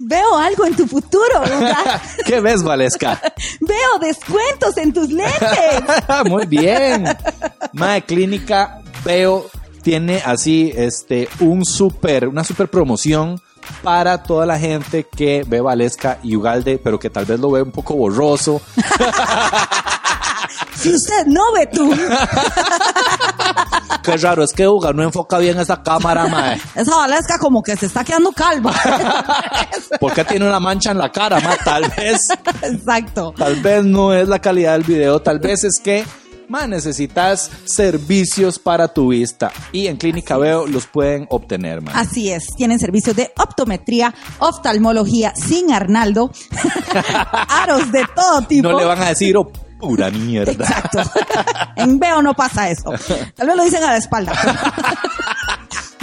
veo algo en tu futuro, ¿verdad? ¿Qué ves, Valesca? veo descuentos en tus lentes. Ah, Muy bien. Mae Clínica Veo tiene así este un super, una super promoción para toda la gente que ve Valesca y Ugalde, pero que tal vez lo ve un poco borroso. si usted no ve tú. Qué raro, es que Uga no enfoca bien esa cámara, mae. Esa Valesca como que se está quedando calva. ¿Por qué tiene una mancha en la cara, mae? Tal vez, Exacto. tal vez no es la calidad del video, tal vez es que, mae, necesitas servicios para tu vista. Y en Clínica Veo los pueden obtener, mae. Así es, tienen servicios de optometría, oftalmología sin Arnaldo, aros de todo tipo. No le van a decir, oh, pura mierda. Exacto. En Veo no pasa eso. Tal vez lo dicen a la espalda.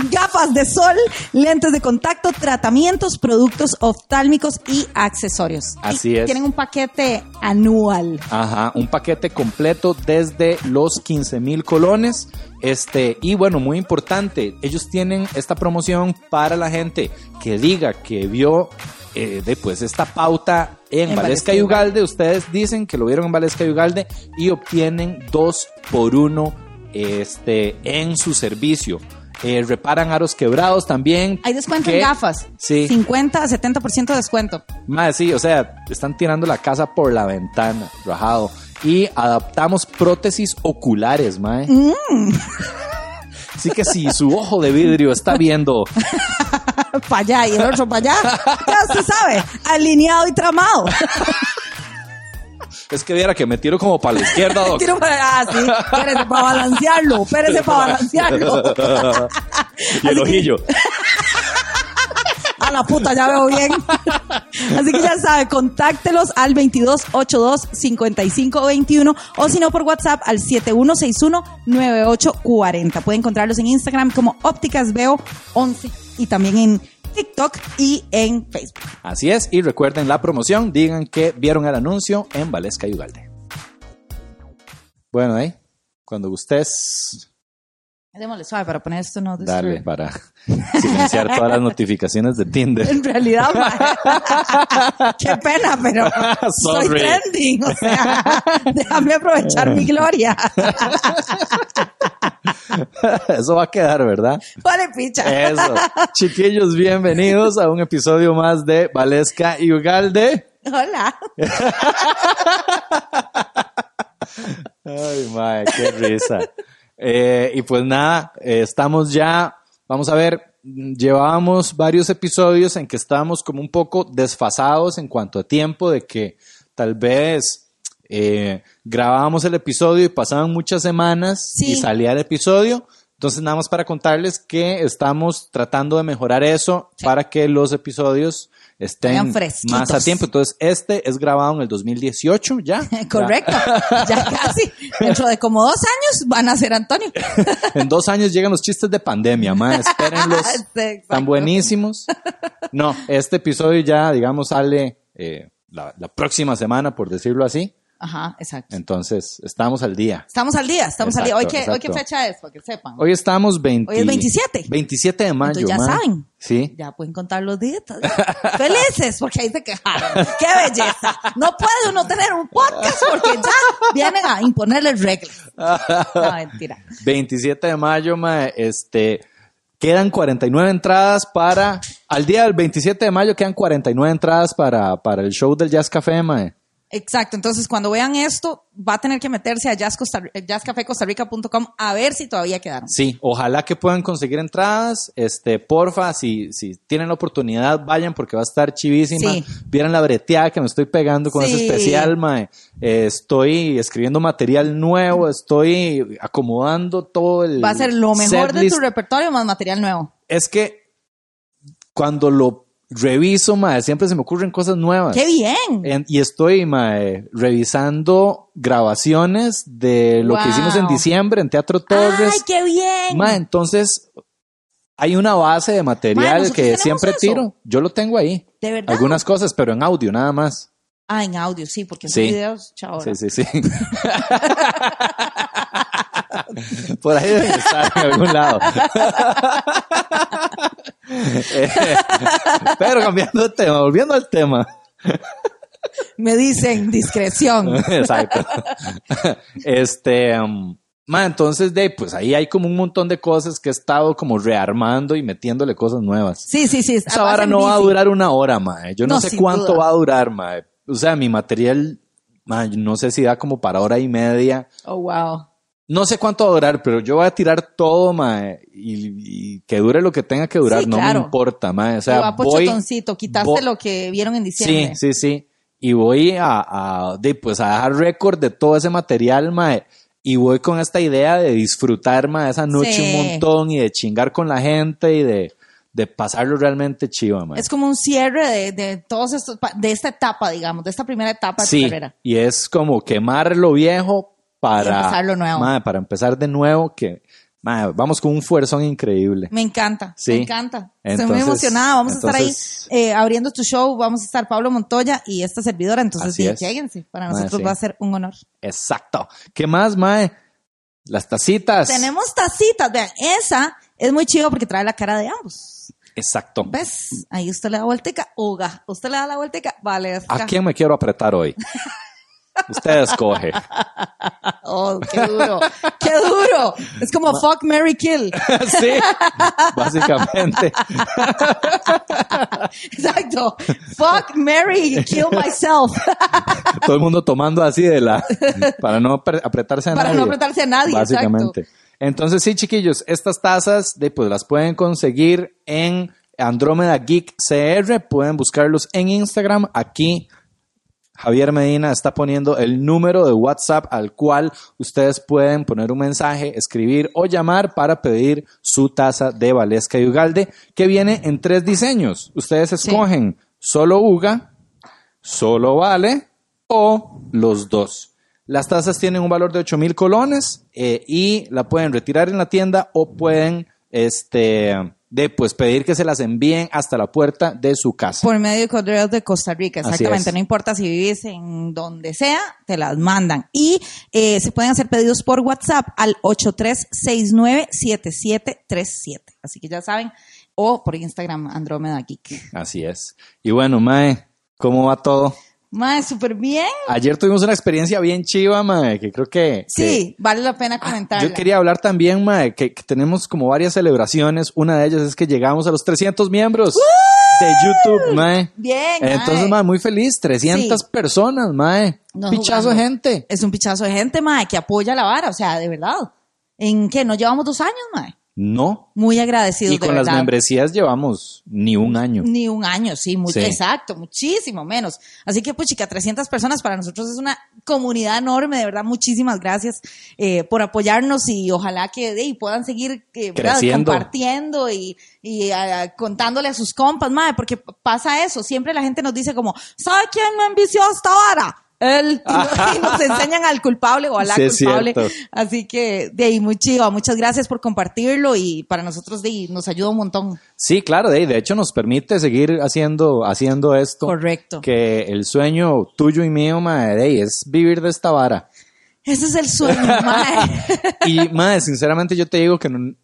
Gafas de sol, lentes de contacto, tratamientos, productos oftálmicos y accesorios. Así Y es. Tienen un paquete anual. Ajá, un paquete completo desde los 15 mil colones. Este, y bueno, muy importante, ellos tienen esta promoción para la gente que diga que vio eh, de, pues, esta pauta en, En Valesca Valesca y y Ugalde. Ustedes dicen que lo vieron en Valesca y Ugalde y obtienen dos por uno este, en su servicio. Eh, reparan aros quebrados también. Hay descuento que- en gafas. Sí. 50 a 70% de descuento. Más sí, o sea, están tirando la casa por la ventana, rajado. Y adaptamos prótesis oculares, mae. Mm. Así que si su ojo de vidrio está viendo, para allá y el otro para allá. Ya se sabe, alineado y tramado. es que viera que me tiro como para la izquierda, doc. Tiro para ah, sí. Espérese para balancearlo, espérese para balancearlo. y el ojillo. A la puta, ya veo bien. Así que ya sabe, contáctelos al 2282-5521 o si no por WhatsApp al 7161-9840. Pueden encontrarlos en Instagram como Ópticas Veo 11 y también en TikTok y en Facebook. Así es, y recuerden la promoción, digan que vieron el anuncio en Valesca y Ugalde. Bueno, ahí, cuando gustes, Démosle suave para poner esto no dale para silenciar todas las notificaciones de Tinder. En realidad, ma, qué pena, pero soy Sorry. trending. O sea, déjame aprovechar mi gloria. Eso va a quedar, ¿verdad? Vale, picha. Eso. Chiquillos, bienvenidos a un episodio más de Valesca y Ugalde. Hola. Ay, madre, qué risa. Eh, y pues nada, eh, estamos ya, vamos a ver, mm, llevábamos varios episodios en que estábamos como un poco desfasados en cuanto a tiempo, de que tal vez eh, grabábamos el episodio y pasaban muchas semanas y Sí. salía el episodio. Entonces, nada más para contarles que estamos tratando de mejorar eso para que los episodios estén Vayan fresquitos. más a tiempo. Entonces, este es grabado en el 2018 ya. Ya. Correcto. Ya casi. Dentro de como dos años van a ser Antonio. En dos años llegan los chistes de pandemia, ma. Espérenlos. Sí, exacto. Tan buenísimos. No, este episodio ya, digamos, sale eh, la, la próxima semana, por decirlo así. Ajá, exacto. Entonces, estamos al día. Estamos al día, estamos al día. ¿Hoy Exacto, qué, ¿Hoy qué exacto. fecha es? Para que sepan. Hoy estamos 20, Hoy es 27. 27 de mayo, Entonces ya ma. saben. Sí. Ya pueden contar los días. Felices, porque ahí se quejaron. ¡Qué belleza! No puede uno tener un podcast porque ya vienen a imponerle reglas. No, mentira. 27 de mayo, ma. Este. Quedan 49 entradas para. Al día del 27 de mayo quedan 49 entradas para, para el show del Jazz Café, ma. Exacto, entonces cuando vean esto, va a tener que meterse a jazz costa- eh, jazzcafecostarrica.com a ver si todavía quedaron. Sí, ojalá que puedan conseguir entradas. Este, porfa, si, si tienen la oportunidad, vayan porque va a estar chivísima. Sí. Vieran la breteada que me estoy pegando con ese Sí. especial, mae. Eh, estoy escribiendo material nuevo, estoy acomodando todo el. Va a ser lo mejor de setlist. tu repertorio más material nuevo. Es que cuando lo reviso, mae, siempre se me ocurren cosas nuevas. ¡Qué bien! En- y estoy mae, revisando grabaciones de lo que Wow. hicimos en diciembre en Teatro Torres. ¡Ay, qué bien! Ma, entonces hay una base de Ma, material nosotros que tenemos siempre eso. tiro. Yo lo tengo ahí. ¿De verdad? Algunas cosas, pero en audio nada más. Ah, en audio, sí, porque en Sí. videos, chao. Sí, sí, sí. Por ahí debe estar en algún lado. Eh, pero cambiando de tema, volviendo al tema. Me dicen discreción. Exacto. Este, um, ma, entonces, de, pues ahí hay como un montón de cosas que he estado como rearmando y metiéndole cosas nuevas. Sí, sí, sí. Esa vara no va a Ah, bici. durar una hora, ma. Yo no, No, sé sin cuánto duda. va a durar, ma. O sea, mi material, ma, yo no sé si da como para hora y media. Oh, wow. No sé cuánto va a durar, pero yo voy a tirar todo, mae, y, y que dure lo que tenga que durar, Sí, no claro. me importa, mae. O Te sea, va voy, pochotoncito, quitaste voy- lo que vieron en sí, diciembre. sí, sí, y voy a, a- de, pues, a dejar récord de todo ese material, mae, y voy con esta idea de disfrutar, mae, esa noche Sí. un montón y de chingar con la gente y de, de pasarlo realmente chiva, mae. Es como un cierre de, de todos estos, pa- de esta etapa, digamos, de esta primera etapa de sí, tu carrera. y es como quemar lo viejo para Y empezar lo nuevo. mae, para empezar de nuevo, que, mae, vamos con un fuerzón increíble. Me encanta, Sí. me encanta. Estoy Entonces- muy emocionada. Vamos entonces- a estar ahí eh, abriendo tu show. Vamos a estar Pablo Montoya y esta servidora. Entonces, Así sí, es. lléguense. Para Ah, nosotros sí. va a ser un honor. Exacto. ¿Qué más, Mae? Las tacitas. Tenemos tacitas. Vean, esa es muy chiva porque trae la cara de ambos. Exacto. ¿Ves? Ahí usted le da vuelteca. Uga. Usted le da la vuelteca. Vale. ¿A quién me quiero apretar hoy? Usted escoge. Oh, qué duro. qué duro. Es como fuck, Mary kill. sí, básicamente. Exacto. Fuck, Mary kill myself. Todo el mundo tomando así de la. Para no apre- apretarse a Para nadie. no apretarse a nadie, Básicamente. Entonces, sí, chiquillos, estas tazas de, pues, las pueden conseguir en Andrómeda Geek CR. Pueden buscarlos en Instagram. Aquí Javier Medina está poniendo el número de WhatsApp al cual ustedes pueden poner un mensaje, escribir o llamar para pedir su taza de Valesca y Ugalde, que viene en tres diseños. Ustedes escogen solo Uga, solo Vale o los dos. Las tazas tienen un valor de 8 mil colones eh, y la pueden retirar en la tienda o pueden este, de, pues, pedir que se las envíen hasta la puerta de su casa. Por medio de correos de Costa Rica, Así exactamente. es. No importa si vives en donde sea, te las mandan. Y eh, se pueden hacer pedidos por WhatsApp al 8369-7737. Así que ya saben. O por Instagram, Andrómeda Geek. Así es. Y bueno, Mae, ¿cómo va todo? Mae, súper bien. Ayer tuvimos una experiencia bien chiva, Mae, que creo que... que- Sí, vale la pena comentar. Ah, Yo quería hablar también, Mae, que, que tenemos como varias celebraciones. Una de ellas es que llegamos a los 300 miembros de YouTube, Mae. Bien, mae. Entonces, Mae, muy feliz. 300 Sí. personas, Mae. No Pichazo de jugando. gente. Es un pichazo de gente, mae, que apoya la vara. O sea, de verdad. ¿En qué? ¿No llevamos dos años, mae? No. Muy agradecidos, Y de con las verdad. membresías llevamos ni un año. Ni un año, sí, muy, Sí. exacto, muchísimo menos. Así que, pues, chica, 300 personas para nosotros es una comunidad enorme, de verdad, muchísimas gracias eh, por apoyarnos y ojalá que de, y puedan seguir eh, ¿verdad? Creciendo. compartiendo y, y, ah, contándole a sus compas, madre, porque pasa eso, siempre la gente nos dice como, ¿sabe quién me envició esta vara? Él, y nos enseñan al culpable o a la Sí, es culpable. cierto. Así que, de ahí, muy chido. Muchas gracias por compartirlo y para nosotros, de ahí, nos ayuda un montón. Sí, claro, de, de hecho nos permite seguir haciendo, haciendo esto. Correcto. Que el sueño tuyo y mío, mae, de, es vivir de esta vara. Ese es el sueño, mae. Y, mae, sinceramente yo te digo que no-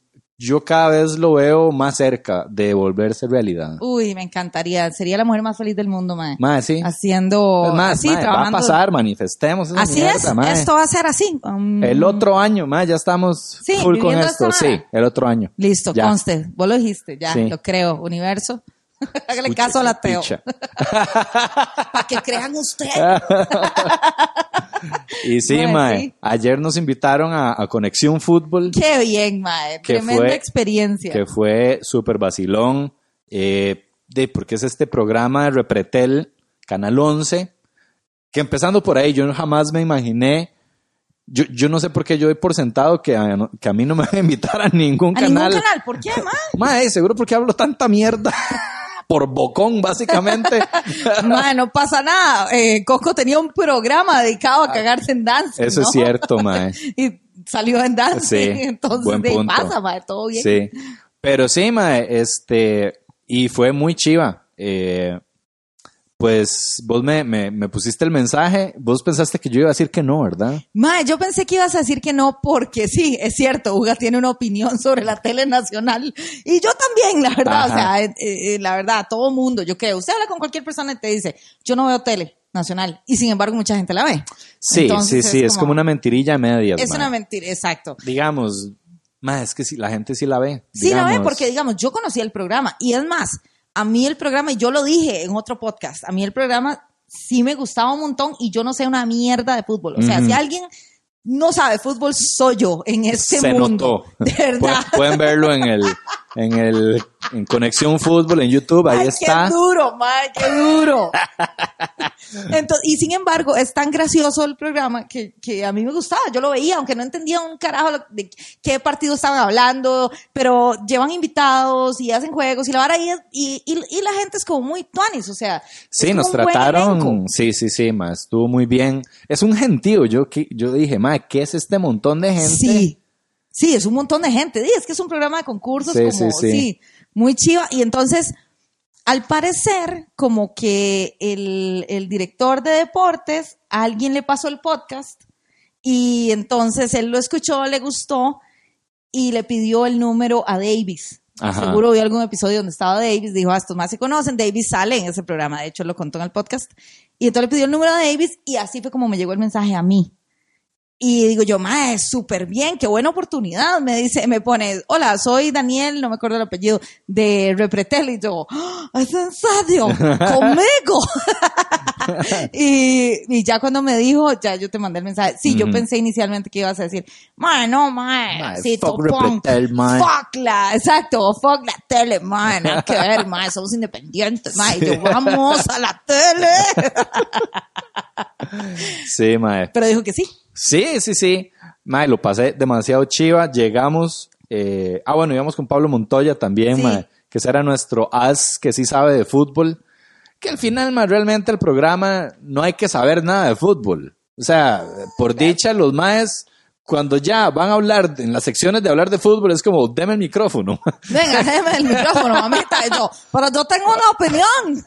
yo cada vez lo veo más cerca de volverse realidad. Uy, me encantaría. Sería la mujer más feliz del mundo, mae. Mae, sí. Haciendo. Es más, así, mae, va a trabajando. pasar, manifestemos esa Así mierda, es. mae. Esto va a ser así. Um, El otro año, mae, ya estamos Sí, full con viviendo esto. esta Sí, vara. el otro año. Listo, Ya. conste. Vos lo dijiste, ya. Sí. Lo creo, universo. Hágale Pucha, caso al qué ateo. picha. Ah. Para que crean ustedes. Y sí, Mae, mae, sí. ayer nos invitaron a, a Conexión Fútbol. Qué bien, mae. Que Tremenda fue- experiencia. que fue súper vacilón, eh, de, porque es este programa de Repretel, Canal 11, que empezando por ahí, yo jamás me imaginé, yo, yo no sé por qué yo doy por sentado que a, que a mí no me van a invitar a ningún a canal. ningún canal. ¿Por qué, mae? Mae, seguro porque hablo tanta mierda. Por bocón, básicamente. Mae, no pasa nada. Eh, Coco tenía un programa dedicado a cagarse en danza. Ah, Eso es ¿no? cierto, mae. y salió en dancing, Sí, entonces buen de ahí punto. pasa, mae, todo bien. Sí. Pero sí, mae, este, y fue muy chiva. eh, pues vos me, me, me pusiste el mensaje, vos pensaste que yo iba a decir que no, ¿verdad? Ma, yo pensé que ibas a decir que no porque sí, es cierto, Uga tiene una opinión sobre la tele nacional y yo también, la verdad, Ajá. o sea, eh, eh, la verdad, todo mundo, yo creo, usted habla con cualquier persona y te dice, yo no veo tele nacional y sin embargo mucha gente la ve. Sí, Entonces, sí, sí, es como, una mentirilla media. Es una mentira, exacto. Digamos, más es que sí, la gente sí la ve. Sí, la ve, digamos. porque digamos, yo conocí el programa y es más, a mí el programa, y yo lo dije en otro podcast, a mí el programa sí me gustaba un montón y yo no sé una mierda de fútbol. O sea, Ujú. si alguien no sabe fútbol, soy yo en este se mundo. notó. Pues, De verdad. Pueden, pueden verlo en el, en el, en Conexión Fútbol, en YouTube, ahí Ay, está. Qué duro, madre, qué duro. Entonces, y sin embargo, es tan gracioso el programa que, que a mí me gustaba. Yo lo veía, aunque no entendía un carajo lo- de qué partido estaban hablando, pero llevan invitados y hacen juegos y la vara ahí es- y, y, y la gente es como muy tuanis, o sea. es Sí, como nos un buen elenco. trataron. Sí, sí, sí, más estuvo muy bien. Es un gentío. Yo, qui- yo dije, ma, ¿qué es este montón de gente? Sí, sí, es un montón de gente. Sí, es que es un programa de concursos Sí, como, sí, sí. sí, muy chiva. Y entonces, al parecer, como que el, el director de deportes, a alguien le pasó el podcast y entonces él lo escuchó, le gustó y le pidió el número a Davis. Ajá. Seguro vio algún episodio donde estaba Davis, dijo, "Ah, estos más se conocen, Davis sale en ese programa, de hecho lo contó en el podcast, y entonces le pidió el número a Davis y así fue como me llegó el mensaje a mí. Y digo yo, mae, súper bien, qué buena oportunidad. Me dice, me pone, hola, soy Daniel, no me acuerdo el apellido, de Repretel. Y yo, "Ah, es en serio, conmigo. y, y ya cuando me dijo, ya yo te mandé el mensaje. Sí, yo Ujú. pensé inicialmente que ibas a decir, mae, no, mae, Mae, sí, fuck to punk, Repretel, mae." fuck la, exacto, fuck la tele, mae, nada que ver, mae, somos independientes, mae. Y yo, vamos a la tele. Sí, ma. Pero dijo que sí. Sí, sí, sí. Mae, lo pasé demasiado chiva. Llegamos. eh, ah, bueno, íbamos con Pablo Montoya también, Sí. mae, que ese era nuestro as que sí sabe de fútbol. Que al final, mae, realmente el programa no hay que saber nada de fútbol. O sea, por dicha, los maes, cuando ya van a hablar, en las secciones de hablar de fútbol, es como, deme el micrófono. Venga, déjeme el micrófono, mamita. Y yo, pero yo tengo una opinión.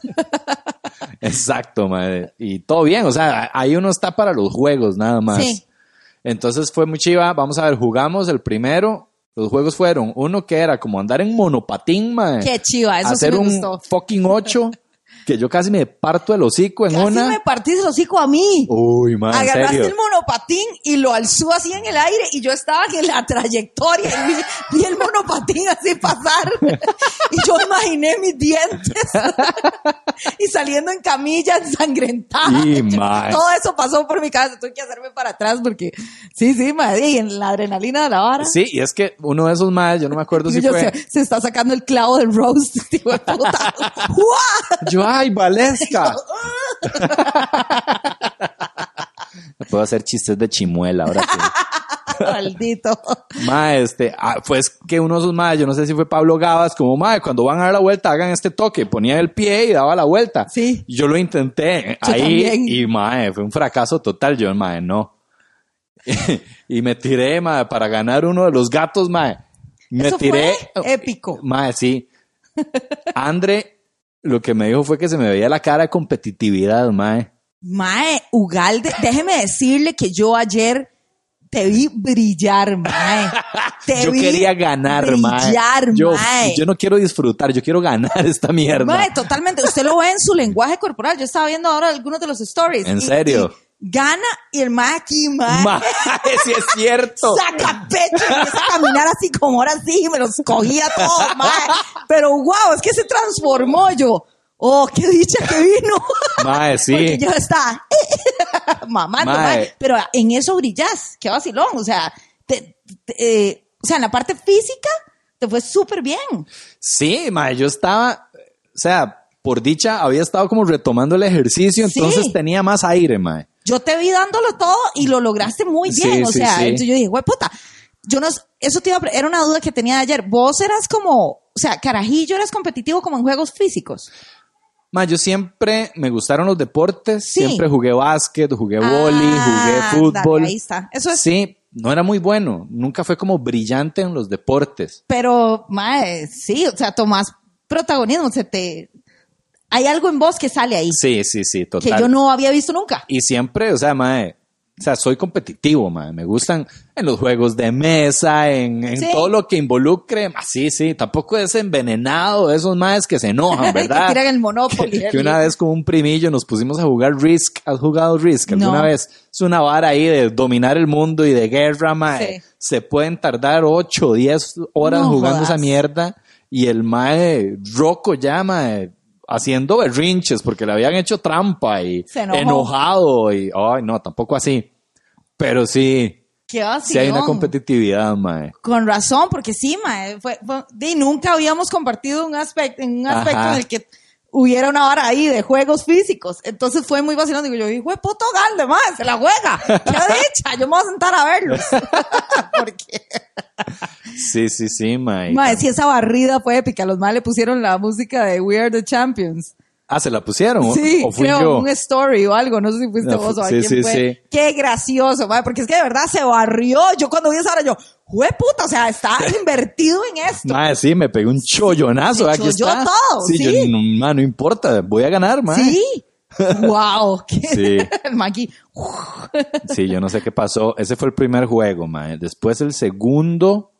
Exacto, mae. Y todo bien, o sea, ahí uno está para los juegos nada más. Sí. Entonces fue muy chiva. Vamos a ver, jugamos el primero. Los juegos fueron uno que era como andar en monopatín, mae. Qué chiva, eso sí Hacer me un gustó. fucking ocho que yo casi me parto el hocico en Casi una. me partís el hocico a mí. Uy, mae, en Agarraste serio. el monopatín y lo alzó así en el aire y yo estaba en la trayectoria y vi, vi el monopatín así pasar y yo imaginé mis dientes y saliendo en camilla ensangrentada. Y, mae. Todo eso pasó por mi cabeza, tuve que hacerme para atrás porque sí, sí, madre, y en la adrenalina de la vara. Sí, y es que uno de esos maes, yo no me acuerdo si Y yo, fue. se, se está sacando el clavo del roast, hijo de puta. ¡Guau! Yo, ay, Valesca. "Ah". Puedo hacer chistes de chimuela ahora sí. Maldito. Mae, este, ah, fue es que uno de esos maes, yo no sé si fue Pablo Gabas, como mae, cuando van a dar la vuelta, hagan este toque, ponía el pie y daba la vuelta. Sí. Yo lo intenté eh, Yo ahí también. y mae, fue un fracaso total. Yo, mae, no. y me tiré, mae, para ganar uno de los gatos, mae. Me Eso fue tiré. épico. Mae, sí. Andre, lo que me dijo fue que se me veía la cara de competitividad, eh. mae. Mae, Ugalde, déjeme decirle que yo ayer te vi brillar, mae. Te yo vi quería ganar, mae. brillar, eh. Yo, mae. yo no quiero disfrutar, yo quiero ganar esta mierda. Mae, totalmente. Usted lo ve en su lenguaje corporal. Yo estaba viendo ahora algunos de los stories. ¿En Y- serio? y gana y el mae aquí, mae. Mae, sí es cierto. saca pecho, empieza a caminar así como ahora sí, me los cogía todo, mae. Pero wow, es que se transformó yo. Oh, qué dicha que vino. Mae, sí. Porque yo estaba mamando, Mae. mae. Pero en eso brillás, qué vacilón. O sea, te- te- eh, o sea, en la parte física te fue súper bien. Sí, mae, yo estaba, o sea, por dicha había estado como retomando el ejercicio, Sí. entonces tenía más aire, mae. Yo te vi dándolo todo y lo lograste muy bien. Sí, o sí, sea, sí. entonces yo dije, güey, puta, yo no, s- eso te iba a pre- era una duda que tenía de ayer. Vos eras como, o sea, carajillo, eras competitivo como en juegos físicos. Mae, yo siempre me gustaron los deportes, Sí. siempre jugué básquet, jugué Ah, vóley, jugué fútbol. dale, ahí está. Eso es- Sí, no era muy bueno, nunca fue como brillante en los deportes. Pero, mae, sí, o sea, tomás protagonismo, se te hay algo en vos que sale ahí, Sí, sí, sí, que total. yo no había visto nunca. Y siempre, o sea, mae, o sea, soy competitivo, mae. Me gustan en los juegos de mesa, en, en Sí. todo lo que involucre. Ah, sí, sí, tampoco es envenenado de esos maes que se enojan, que ¿verdad? tiran el Monopoly. que una vez con un primillo nos pusimos a jugar Risk. ¿Has jugado Risk alguna No. vez? Es una vara ahí de dominar el mundo y de guerra, mae. Sí. Se pueden tardar 8 o 10 horas No jugando jodas. esa mierda. Y el mae roco ya, mae, haciendo berrinches porque le habían hecho trampa y Se enojó. enojado. Y, ay, no, tampoco así. Pero sí, Qué sí hay una vacilón. competitividad, mae. Con razón, porque sí, mae, fue, fue- di, nunca habíamos compartido un aspecto, en un aspecto Ajá. en el que hubiera una hora ahí de juegos físicos. Entonces fue muy vacilón. Digo yo, hijo de puto galde, mae, se la juega. Qué dicha, yo me voy a sentar a verlos. porque, Sí, sí, sí, mae. mae, sí, esa barrida fue épica. Los mae le pusieron la música de We Are the Champions. Ah, ¿se la pusieron? ¿O- Sí, ¿O fui creo, yo? un story o algo. No sé si fuiste No, vos o fu- a sí, quién sí, fue. sí. Qué gracioso, mae, porque es que de verdad se barrió. Yo cuando vi esa hora, yo, jue puta, o sea, está invertido en esto. Mae, sí, me pegué un chollonazo. Se aquí cholló está. todo, sí, yo, sí. no, ma, no importa, voy a ganar, mae. Sí. wow. Sí. El maqui. Sí, yo no sé qué pasó. Ese fue el primer juego, mae. Después el segundo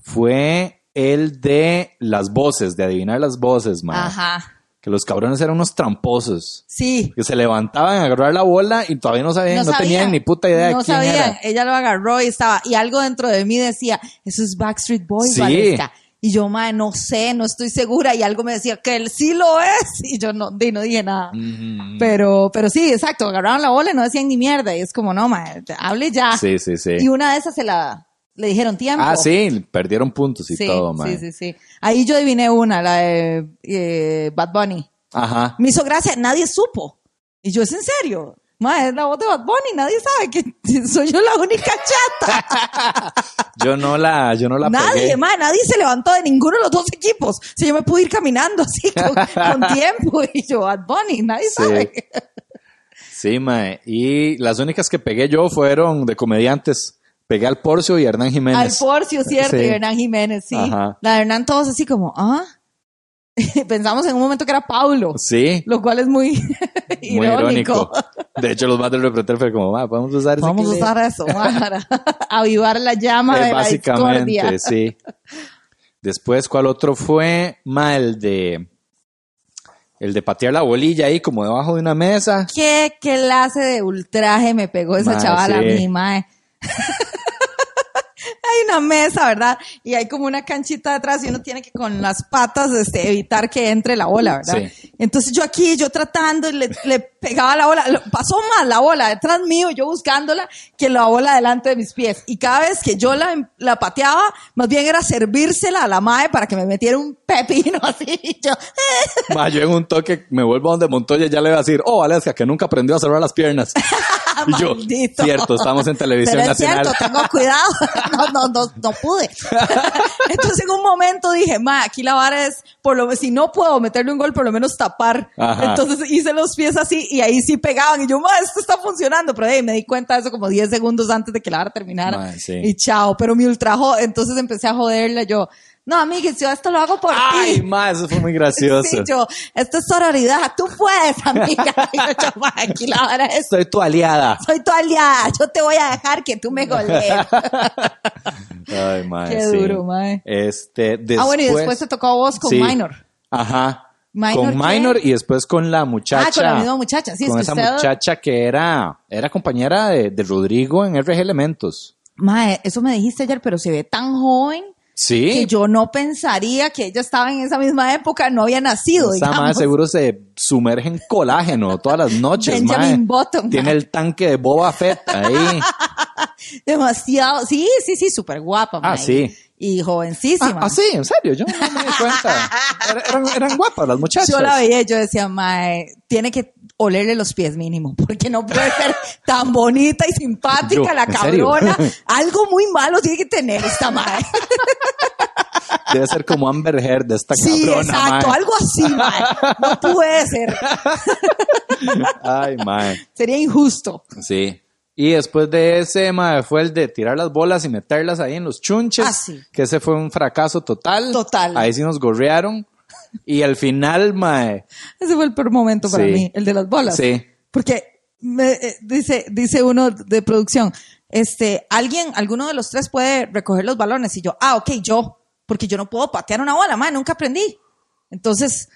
fue el de las voces, de adivinar las voces, mae. Ajá. Que los cabrones eran unos tramposos. Sí. Que se levantaban a agarrar la bola y todavía no sabían, no, sabía. tenían ni puta idea No de quién sabía. era. Ella lo agarró y estaba. Y algo dentro de mí decía, eso es Backstreet Boys, Sí. Valesca. Y yo, madre, no sé, no estoy segura. Y algo me decía que él sí lo es. Y yo no, di, no dije nada. Mm, Pero, pero sí, exacto. Agarraron la bola y no decían ni mierda. Y es como, no, madre, hable ya. Sí, sí, sí. Ah. Y una de esas se la, le dijeron tiempo. Ah, sí, perdieron puntos y Sí, todo, mae. sí, sí, sí. Ahí yo adiviné una, la de eh, Bad Bunny. Ajá. me hizo gracia, nadie supo. Y yo, ¿es en serio? Ma, es la voz de Bad Bunny, nadie sabe que soy yo la única chata. Yo no la, yo no la nadie, pegué. ma, nadie se levantó de ninguno de los dos equipos. O sea, yo me pude ir caminando así con, con tiempo. Y yo, Bad Bunny, nadie Sí. sabe. Sí, mae. Y las únicas que pegué yo fueron de comediantes. Pegué al Porcio y a Hernán Al Jiménez. Porcio, cierto, Sí. y Hernán Jiménez, sí. Ajá. La de Hernán todos así como, ¿ah? Pensamos en un momento que era Paulo, Sí. lo cual es muy, Muy irónico. De hecho, los más del repertorio fue como, "Ma, podemos usar ese Vamos a que le-". usar eso ma, para avivar la llama Eh, de la discordia. Básicamente, sí. Después, ¿cuál otro fue? Ma, el de. El de patear la bolilla ahí, como debajo de una mesa. qué clase de ultraje me pegó esa Mae, chavala a sí. mí, mae. hay una mesa, ¿verdad? Y hay como una canchita detrás y uno tiene que con las patas este, evitar que entre la bola, ¿verdad? Entonces yo aquí, yo tratando, y le, le pegaba la bola, lo- pasó más la bola detrás mío, yo buscándola, que la bola delante de mis pies. Y cada vez que yo la, la pateaba, más bien era servírsela a la mae para que me metiera un pepino así. Y yo, Ma, yo en un toque me vuelvo a donde Montoya y ya le va a decir, oh, Valesca, que nunca aprendió a cerrar las piernas. y yo, Maldito. cierto, estamos en televisión Pero es nacional. cierto, tengo cuidado. No, no, no, no pude. Entonces en un momento dije, ma, aquí la vara es, por lo si no puedo meterle un gol, por lo menos tapar. Ajá. Entonces hice los pies así y ahí sí pegaban. Y yo, ma, esto está funcionando. Pero hey, me di cuenta de eso como 10 segundos antes de que la vara terminara. Ma, sí. Y chao, pero me ultrajó. Entonces empecé a joderle yo. No, amiga, yo esto lo hago por ti. Ay, ma, eso fue muy gracioso. Sí, yo, esto es sororidad, tú puedes, amiga. Y yo, "Ma, aquí la vara es Soy tu aliada. soy tu aliada, yo te voy a dejar que tú me golees. Ay, mae, Qué sí. duro, mae. Este, después, ah, bueno, y después te tocó a vos con Sí. Minor. Ajá. ¿Minor con qué? Minor y después con la muchacha. Ah, con la misma muchacha, sí, es con que esa usted- muchacha que era, era compañera de, de Rodrigo en RG Elementos. Mae, eso me dijiste ayer, pero se ve tan joven Sí. que yo no pensaría que ella estaba en esa misma época, no había nacido, Esa digamos. mae seguro se sumerge en colágeno todas las noches, mae. Benjamin Button, mae. Tiene el tanque de Boba Fett ahí. Demasiado, sí, sí, sí, súper guapa, Ah, mae. sí. Y ah, jovencísima. ah, sí, en serio, yo no me di cuenta. Era- Eran, eran guapas las muchachas. Yo la veía y yo decía, mae, tiene que olerle los pies mínimo, porque no puede ser tan bonita y simpática Yo, la ¿en serio? cabrona. Algo muy malo tiene que tener esta mae. Debe ser como Amber Heard de esta Sí, cabrona, exacto, mae. algo así, mae. No puede ser. Ay, mae. Sería injusto. Sí. Y después de ese, mae, fue el de tirar las bolas y meterlas ahí en los chunches. Ah, sí. Que ese fue un fracaso total. Total. Ahí sí nos gorrearon. Y al final, mae, Ese fue el peor momento para Sí. mí, el de las bolas. Sí. Porque me, eh, dice, dice uno de producción, este, alguien, alguno de los tres puede recoger los balones. Y yo, ah, ok, yo, porque yo no puedo patear una bola, mae, nunca aprendí. Entonces,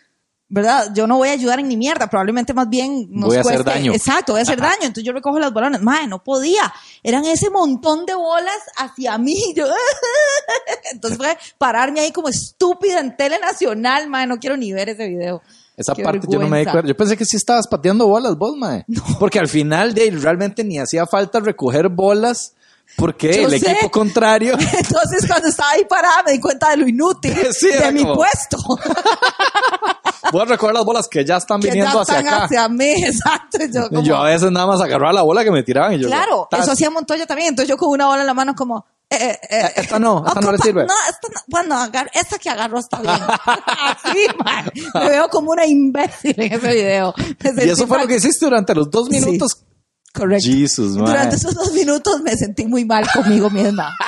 ¿verdad? Yo no voy a ayudar en ni mierda, probablemente más bien nos Voy a hacer cueste- daño. Exacto, voy a hacer daño. Entonces yo recojo las balones. Mae, no podía. Eran ese montón de bolas hacia mí. Yo, entonces fue pararme ahí como estúpida en tele nacional, mae, no quiero ni ver ese video. esa Qué parte yo no me di vergüenza. cuenta. Yo pensé que sí estabas pateando bolas vos, mae. Porque al final, de, realmente ni hacía falta recoger bolas porque Yo el sé. equipo contrario... Entonces, cuando estaba ahí parada, me di cuenta de lo inútil Sí, era de mi como- puesto. Voy a recoger las bolas que ya están Que viniendo ya hacia están acá. hacia mí, exacto. y Yo, como, Y yo a veces nada más agarraba la bola que me tiraban y yo... claro, "Tas". eso hacía Montoya también. Entonces, yo con una bola en la mano, como. eh, eh, eh, Esta no, esta no le ocupa- sirve. No, esta no. Bueno, agar- esta que agarró está bien. Así, man. Me veo como una imbécil en ese video. Me Y sentí eso fue mal. lo que hiciste durante los dos Sí. minutos. Correcto. Jesus, man. Durante esos dos minutos me sentí muy mal conmigo misma.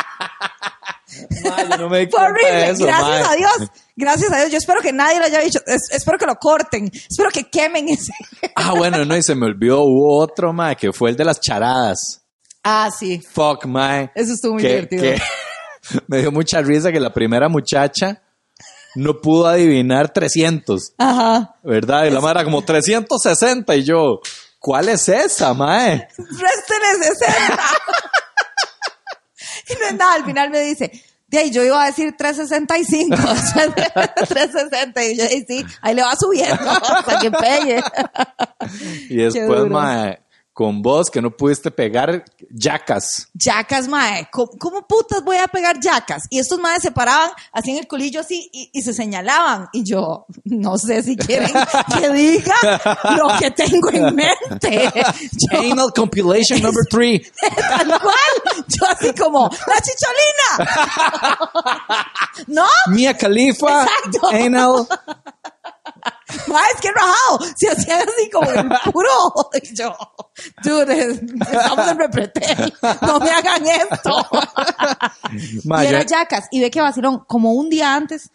Mae, yo no me di Fue cuenta de horrible. eso, Gracias mae. a Dios. Gracias a Dios. Yo espero que nadie lo haya dicho. Es- espero que lo corten. Espero que quemen ese. Ah, bueno, no, y se me olvidó, hubo otro, mae, que fue el de las charadas. Ah, sí. Fuck, mae. Eso estuvo muy Que- divertido. que- me dio mucha risa que la primera muchacha no pudo adivinar 300, Ajá. ¿verdad? Y la madre era como 360 y yo, ¿cuál es esa, mae? Réstele 60. y no es nada. Al final me dice. De ahí yo iba a decir 365. 360. Y yo, "Ey, sí, ahí le va subiendo hasta que pegue. Y después, duro. mae, con vos que no pudiste pegar yacas. Yacas, mae. ¿Cómo, cómo putas voy a pegar yacas? Y estos maes se paraban, hacían el culillo así y, y se señalaban. Y yo, no sé si quieren que diga lo que tengo en mente. Yo- Anal compilation number 3. tal cual. Yo así como, ¡la chicholina! ¿No? Mia Khalifa. Exacto. Anal. Mae, es que rajado. Se hacían así como el puro. Y yo, dude, estamos en repretel. No me hagan esto. Mae, y era yo- Jackass. Y ve que vacilón, como un día antes,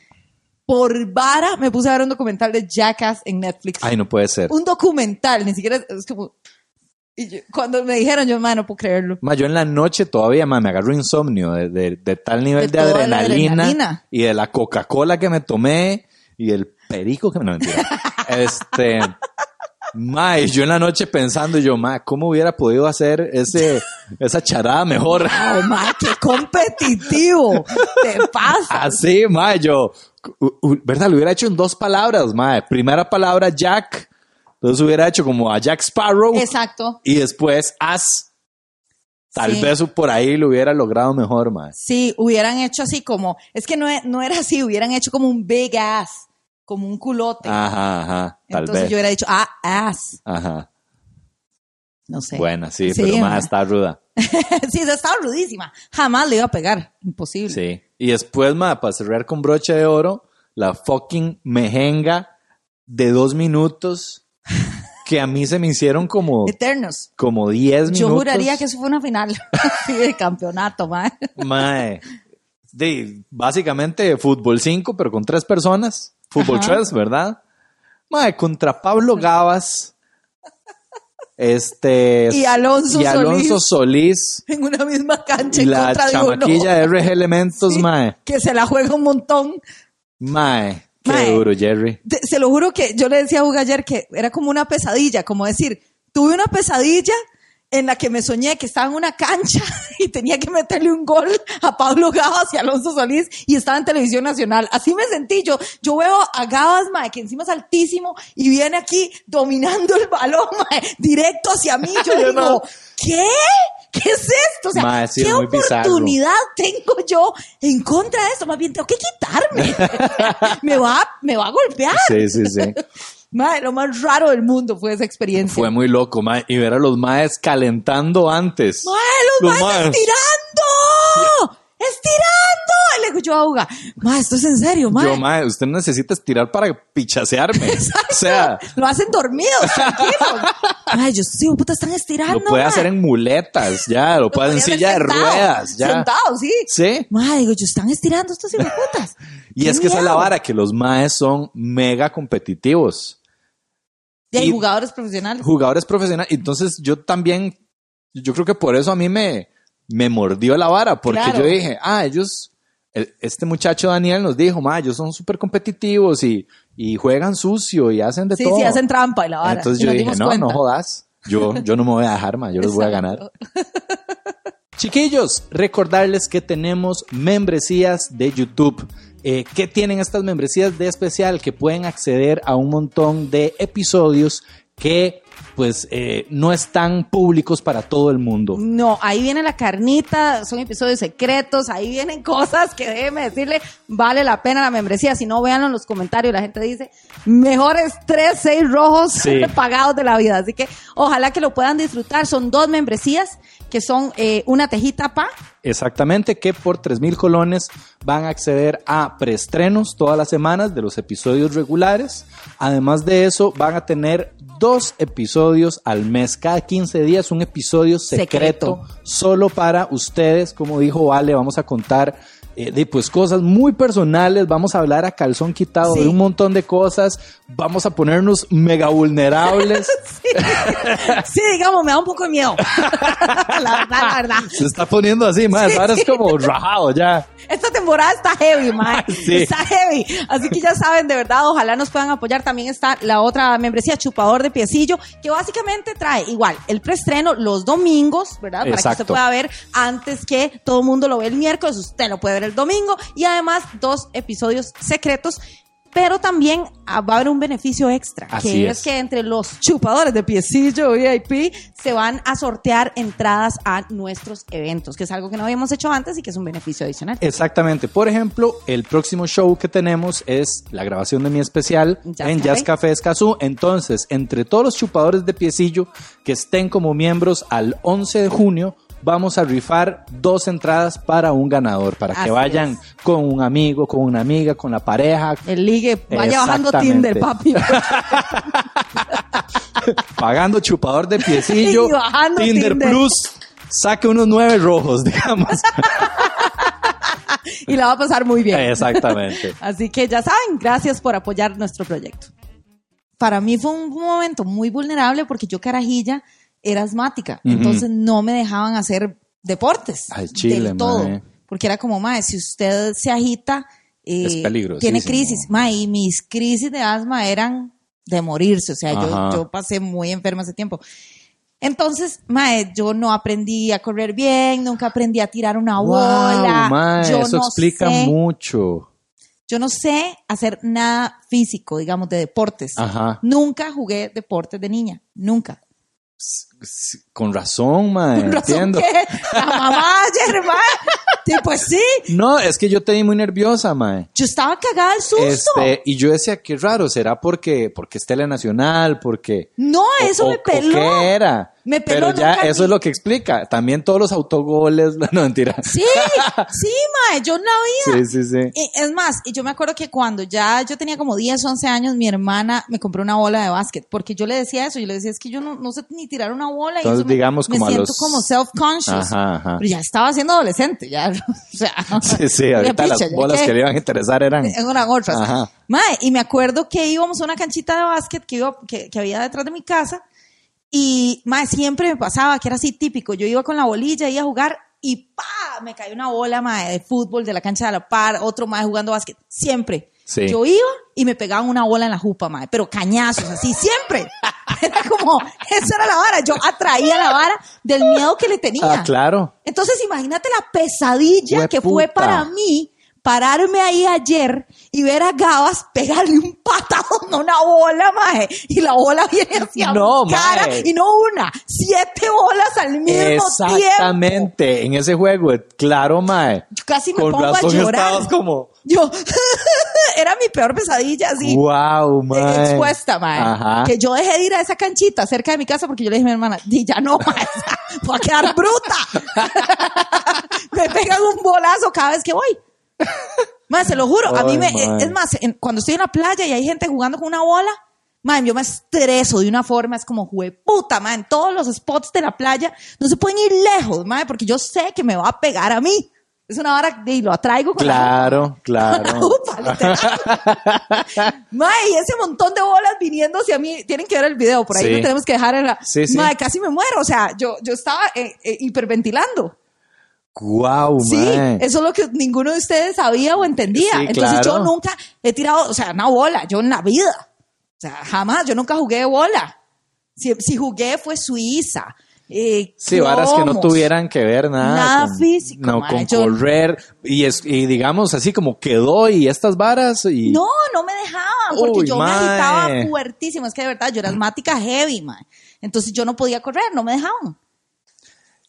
por vara, me puse a ver un documental de Jackass en Netflix. Ay, no puede ser. Un documental, ni siquiera es, es como... y yo- cuando me dijeron, yo, "Ma, no puedo creerlo. Ma, yo en la noche todavía ma, me agarro insomnio de, de- de tal nivel de, De toda la adrenalina, adrenalina. y de la Coca-Cola que me tomé y el perico que me no, mentira. este, ma, y yo en la noche pensando, y yo, ma, ¿cómo hubiera podido hacer ese, esa charada mejor? ¡Oh, ma, qué competitivo! ¡Te pasa! Así, ma, yo, u- u- ¿verdad? Lo hubiera hecho en dos palabras, ma. Primera palabra, Jack. Entonces hubiera hecho como a Jack Sparrow. Exacto. Y después, as. Tal Sí. vez por ahí lo hubiera logrado mejor, ma. Sí, hubieran hecho así como... Es que no, e- no era así, hubieran hecho como un big ass, como un culote. Ajá, ajá, Ah, tal Entonces vez. yo hubiera dicho, ah, ass. Ajá. No sé. Buena, sí, pero ma. más está ruda. sí, eso estaba rudísima. Jamás le iba a pegar. Imposible. Sí. Y después, más para cerrar con broche de oro, la fucking mejenga de dos minutos que a mí se me hicieron como, Eternos. como diez minutos. Yo juraría que eso fue una final sí, de campeonato, mae. Mae. De, básicamente fútbol 5, pero con tres personas. Fútbol 3, ¿verdad? Mae, contra Pablo Gavas. Este. Y Alonso y Alonso Solís. En una misma cancha Y en la contra de uno. chamaquilla de RG Elementos, mae. Que se la juega un montón. Mae. Qué Mae. duro, Jerry. Te- se lo juro que yo le decía a Hugo ayer que era como una pesadilla, como decir, tuve una pesadilla en la que me soñé que estaba en una cancha y tenía que meterle un gol a Pablo Gabas y a Alonso Solís y estaba en televisión nacional. Así me sentí yo. Yo veo a Gabas, mae, que encima es altísimo y viene aquí dominando el balón, mae, directo hacia mí. Yo, Yo digo, no. ¿qué? ¿Qué es esto? O sea, Mae, sí, ¿qué es muy bizarro. oportunidad tengo yo en contra de esto? Más bien tengo que quitarme. me, va, me va a golpear. Sí, sí, sí. Madre, lo más raro del mundo fue esa experiencia. Fue muy loco, mae. Y ver a los maes calentando antes. Madre, los, Los maes maes. estirando. Estirando. Y le digo, yo a Uga, ma, esto es en serio, ma. Yo, mae, usted no necesita estirar para pichasearme. O sea, Lo hacen dormidos, tranquilos. Ay, yo, sí, puta, están estirando. lo puede ma. hacer en muletas, ya, lo, Lo puede hacer en podía silla de hacer sentado, ruedas, ya. Sentado, sí. Sí. Ma, digo, yo, están estirando estos hijos putas. Y es que esa es la vara, que los maes son mega competitivos. Y hay Y- jugadores profesionales. jugadores profesionales. Entonces yo también, yo creo que por eso a mí me, me mordió la vara, porque Claro. yo dije, ah, ellos, el- este muchacho Daniel nos dijo, ma, ellos son súper competitivos y, y juegan sucio y hacen de Sí, todo. sí, hacen trampa y la vara. Entonces Y yo nos dije, dimos no, cuenta. no jodas. Yo, yo no me voy a dejar, ma, yo les voy a ganar. Exacto. Chiquillos, recordarles que tenemos membresías de YouTube. Eh, ¿Qué tienen estas membresías de especial? Que pueden acceder a un montón de episodios que pues eh, no están públicos para todo el mundo. No, ahí viene la carnita, son episodios secretos, ahí vienen cosas que déjeme decirle, vale la pena la membresía. Si no, véanlo en los comentarios, la gente dice, mejores tres, seis rojos Sí. pagados de la vida. Así que ojalá que lo puedan disfrutar. Son dos membresías que son eh, una tejita pa. Exactamente, que por 3.000 colones van a acceder a preestrenos todas las semanas de los episodios regulares. Además de eso, van a tener dos episodios al mes, cada 15 días un episodio secreto, Secreto. solo para ustedes. Como dijo Vale, vamos a contar eh, de, pues, cosas muy personales, vamos a hablar a calzón quitado Sí. de un montón de cosas, vamos a ponernos mega vulnerables. Sí, digamos, me da un poco de miedo. la verdad, la verdad. Se está poniendo así, más, Sí, ahora es sí. como rajado ya. Esta temporada está heavy, mae. Ah, Sí. Está heavy. Así que ya saben, de verdad, ojalá nos puedan apoyar. También está la otra membresía, Chupador de Piecillo, que básicamente trae igual el preestreno los domingos, ¿verdad? Para que Exacto. usted pueda ver antes que todo el mundo lo ve el miércoles, usted lo puede ver el domingo. Y además, dos episodios secretos. Pero también ah, va a haber un beneficio extra, Así que es. es que entre los chupadores de piecillo VIP se van a sortear entradas a nuestros eventos, que es algo que no habíamos hecho antes y que es un beneficio adicional. Exactamente. Por ejemplo, el próximo show que tenemos es la grabación de mi especial Jazz en Café. Jazz Café Escazú. Entonces, entre todos los chupadores de piecillo que estén como miembros al 11 de junio, vamos a rifar dos entradas para un ganador, para Así que vayan es. con un amigo, con una amiga, con la pareja, El ligue, vaya bajando Exactamente. Tinder, papi. pagando chupador de piecillo, Y bajando Tinder, Tinder. Plus, saque unos nueve rojos, digamos. Y la va a pasar muy bien. Exactamente. Así que ya saben, gracias por apoyar nuestro proyecto. Para mí fue un momento muy vulnerable porque yo, carajilla, era asmática. Ujú. Entonces no me dejaban hacer deportes. Al chile, del todo. mae. Porque era como, mae, si usted se agita, eh, Es peligrosísimo. tiene crisis. Mae, y mis crisis de asma eran de morirse. O sea, Ajá. yo, yo pasé muy enferma ese tiempo. Entonces, mae, yo no aprendí a correr bien, nunca aprendí a tirar una Wow, bola. mae, Ah, yo eso no explica sé mucho. yo no sé hacer nada físico, digamos, de deportes. Ajá. Nunca jugué deportes de niña, nunca. S- Con razón, ma, ¿Con razón Eh, entiendo. qué? La mamá ayer, ma. Sí, pues sí, No, es que yo te vi muy nerviosa, mae. yo estaba cagada al susto. Este, y yo decía, qué raro, ¿será porque, porque es telenacional? Porque... no, o- eso o- me o peló. ¿Qué era? Me peló, Pero ya nunca eso vi. es lo que explica. También todos los autogoles, no, mentira. Sí, sí, mae, yo en la vida. Sí, sí, sí. Y es más, y yo me acuerdo que cuando ya yo tenía como 10, 11 años, mi hermana me compró una bola de básquet, porque yo le decía eso, yo le decía, es que yo no, no sé ni tirar una bola. y Entonces, eso me- digamos, me, como a siento los- como self-conscious. Ajá, ajá. Pero ya estaba siendo adolescente, ya, o sea. Sí, sí, ya ahorita picha, las ya bolas qué, que le iban a interesar eran... En una gorra. Ajá. Mae, y me acuerdo que íbamos a una canchita de básquet que, iba, que, que había detrás de mi casa y, mae, siempre me pasaba que era así típico. Yo iba con la bolilla, iba a jugar y pa, me cayó una bola, mae, de fútbol, de la cancha de la par, otro mae jugando básquet. Siempre. Sí. Yo iba y me pegaban una bola en la jupa, mae, pero cañazos, así, siempre. Era como, esa era la vara. Yo atraía la vara del miedo que le tenía. Ah, claro. Entonces, imagínate la pesadilla Hue que fue puta. para mí pararme ahí ayer y ver a Gabas pegarle un patadón a una bola, maje. Y la bola viene hacia No, mi cara maje. y no una, siete bolas al mismo tiempo. Exactamente, en ese juego, claro, mae. Yo casi me Con pongo a razón llorar. estabas como... Yo, era mi peor pesadilla, así. Wow, eh, mae. Expuesta, mae. Ajá. Que yo dejé de ir a esa canchita cerca de mi casa porque yo le dije a mi hermana, di ya no, mae, voy a quedar bruta. Me pegan un bolazo cada vez que voy. Mae, se lo juro, a mí Ay, me, mae. es más, en- cuando estoy en la playa y hay gente jugando con una bola, mae, yo me estreso de una forma, es como jueputa, mae, en todos los spots de la playa no se pueden ir lejos, mae, porque yo sé que me va a pegar a mí. Es una vara y lo atraigo con la- Claro, claro. Upa, literal. Mae, y ese montón de bolas viniendo hacia mí, tienen que ver el video, por ahí Sí. lo tenemos que dejar en la... Sí, sí. Mae, casi me muero, o sea, yo, yo estaba eh, eh, hiperventilando. Guau, Sí, mae. eso es lo que ninguno de ustedes sabía o entendía. Sí, Entonces claro. yo nunca he tirado, o sea, una bola, yo en la vida. O sea, jamás, yo nunca jugué de bola. Si, si jugué fue Suiza. Eh, Sí, varas que no cromos. tuvieran que ver nada. Nada físico, No, mae, con yo- correr. Y, es- y digamos así como quedó y estas varas y... No, no me dejaban porque Uy, yo mae. me agitaba fuertísimo. Es que de verdad yo era asmática heavy, mae. Entonces yo no podía correr, no me dejaban.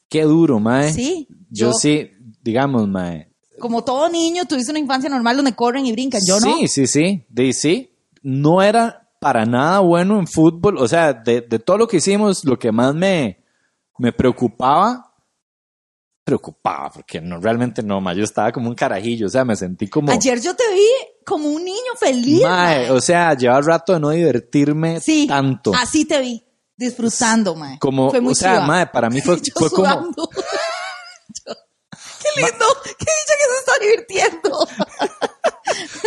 Qué duro, mae. Sí, Yo, yo- sí, digamos, mae. Como todo niño, tuviste una infancia normal donde corren y brincan. Yo sí, no. sí, sí. De sí, no era para nada bueno en fútbol. O sea, de, de todo lo que hicimos, lo que más me, me preocupaba, preocupaba, porque no, realmente no, ma, yo estaba como un carajillo. O sea, me sentí como. Ayer yo te vi como un niño feliz. mae, o sea, lleva rato de no divertirme Sí, tanto. así te vi, disfrutando, mae. Como, Fue muy o sea, chiva. mae, para mí fue, Yo fue como. sudando. Yo- Qué lindo, qué dicha que se está divirtiendo.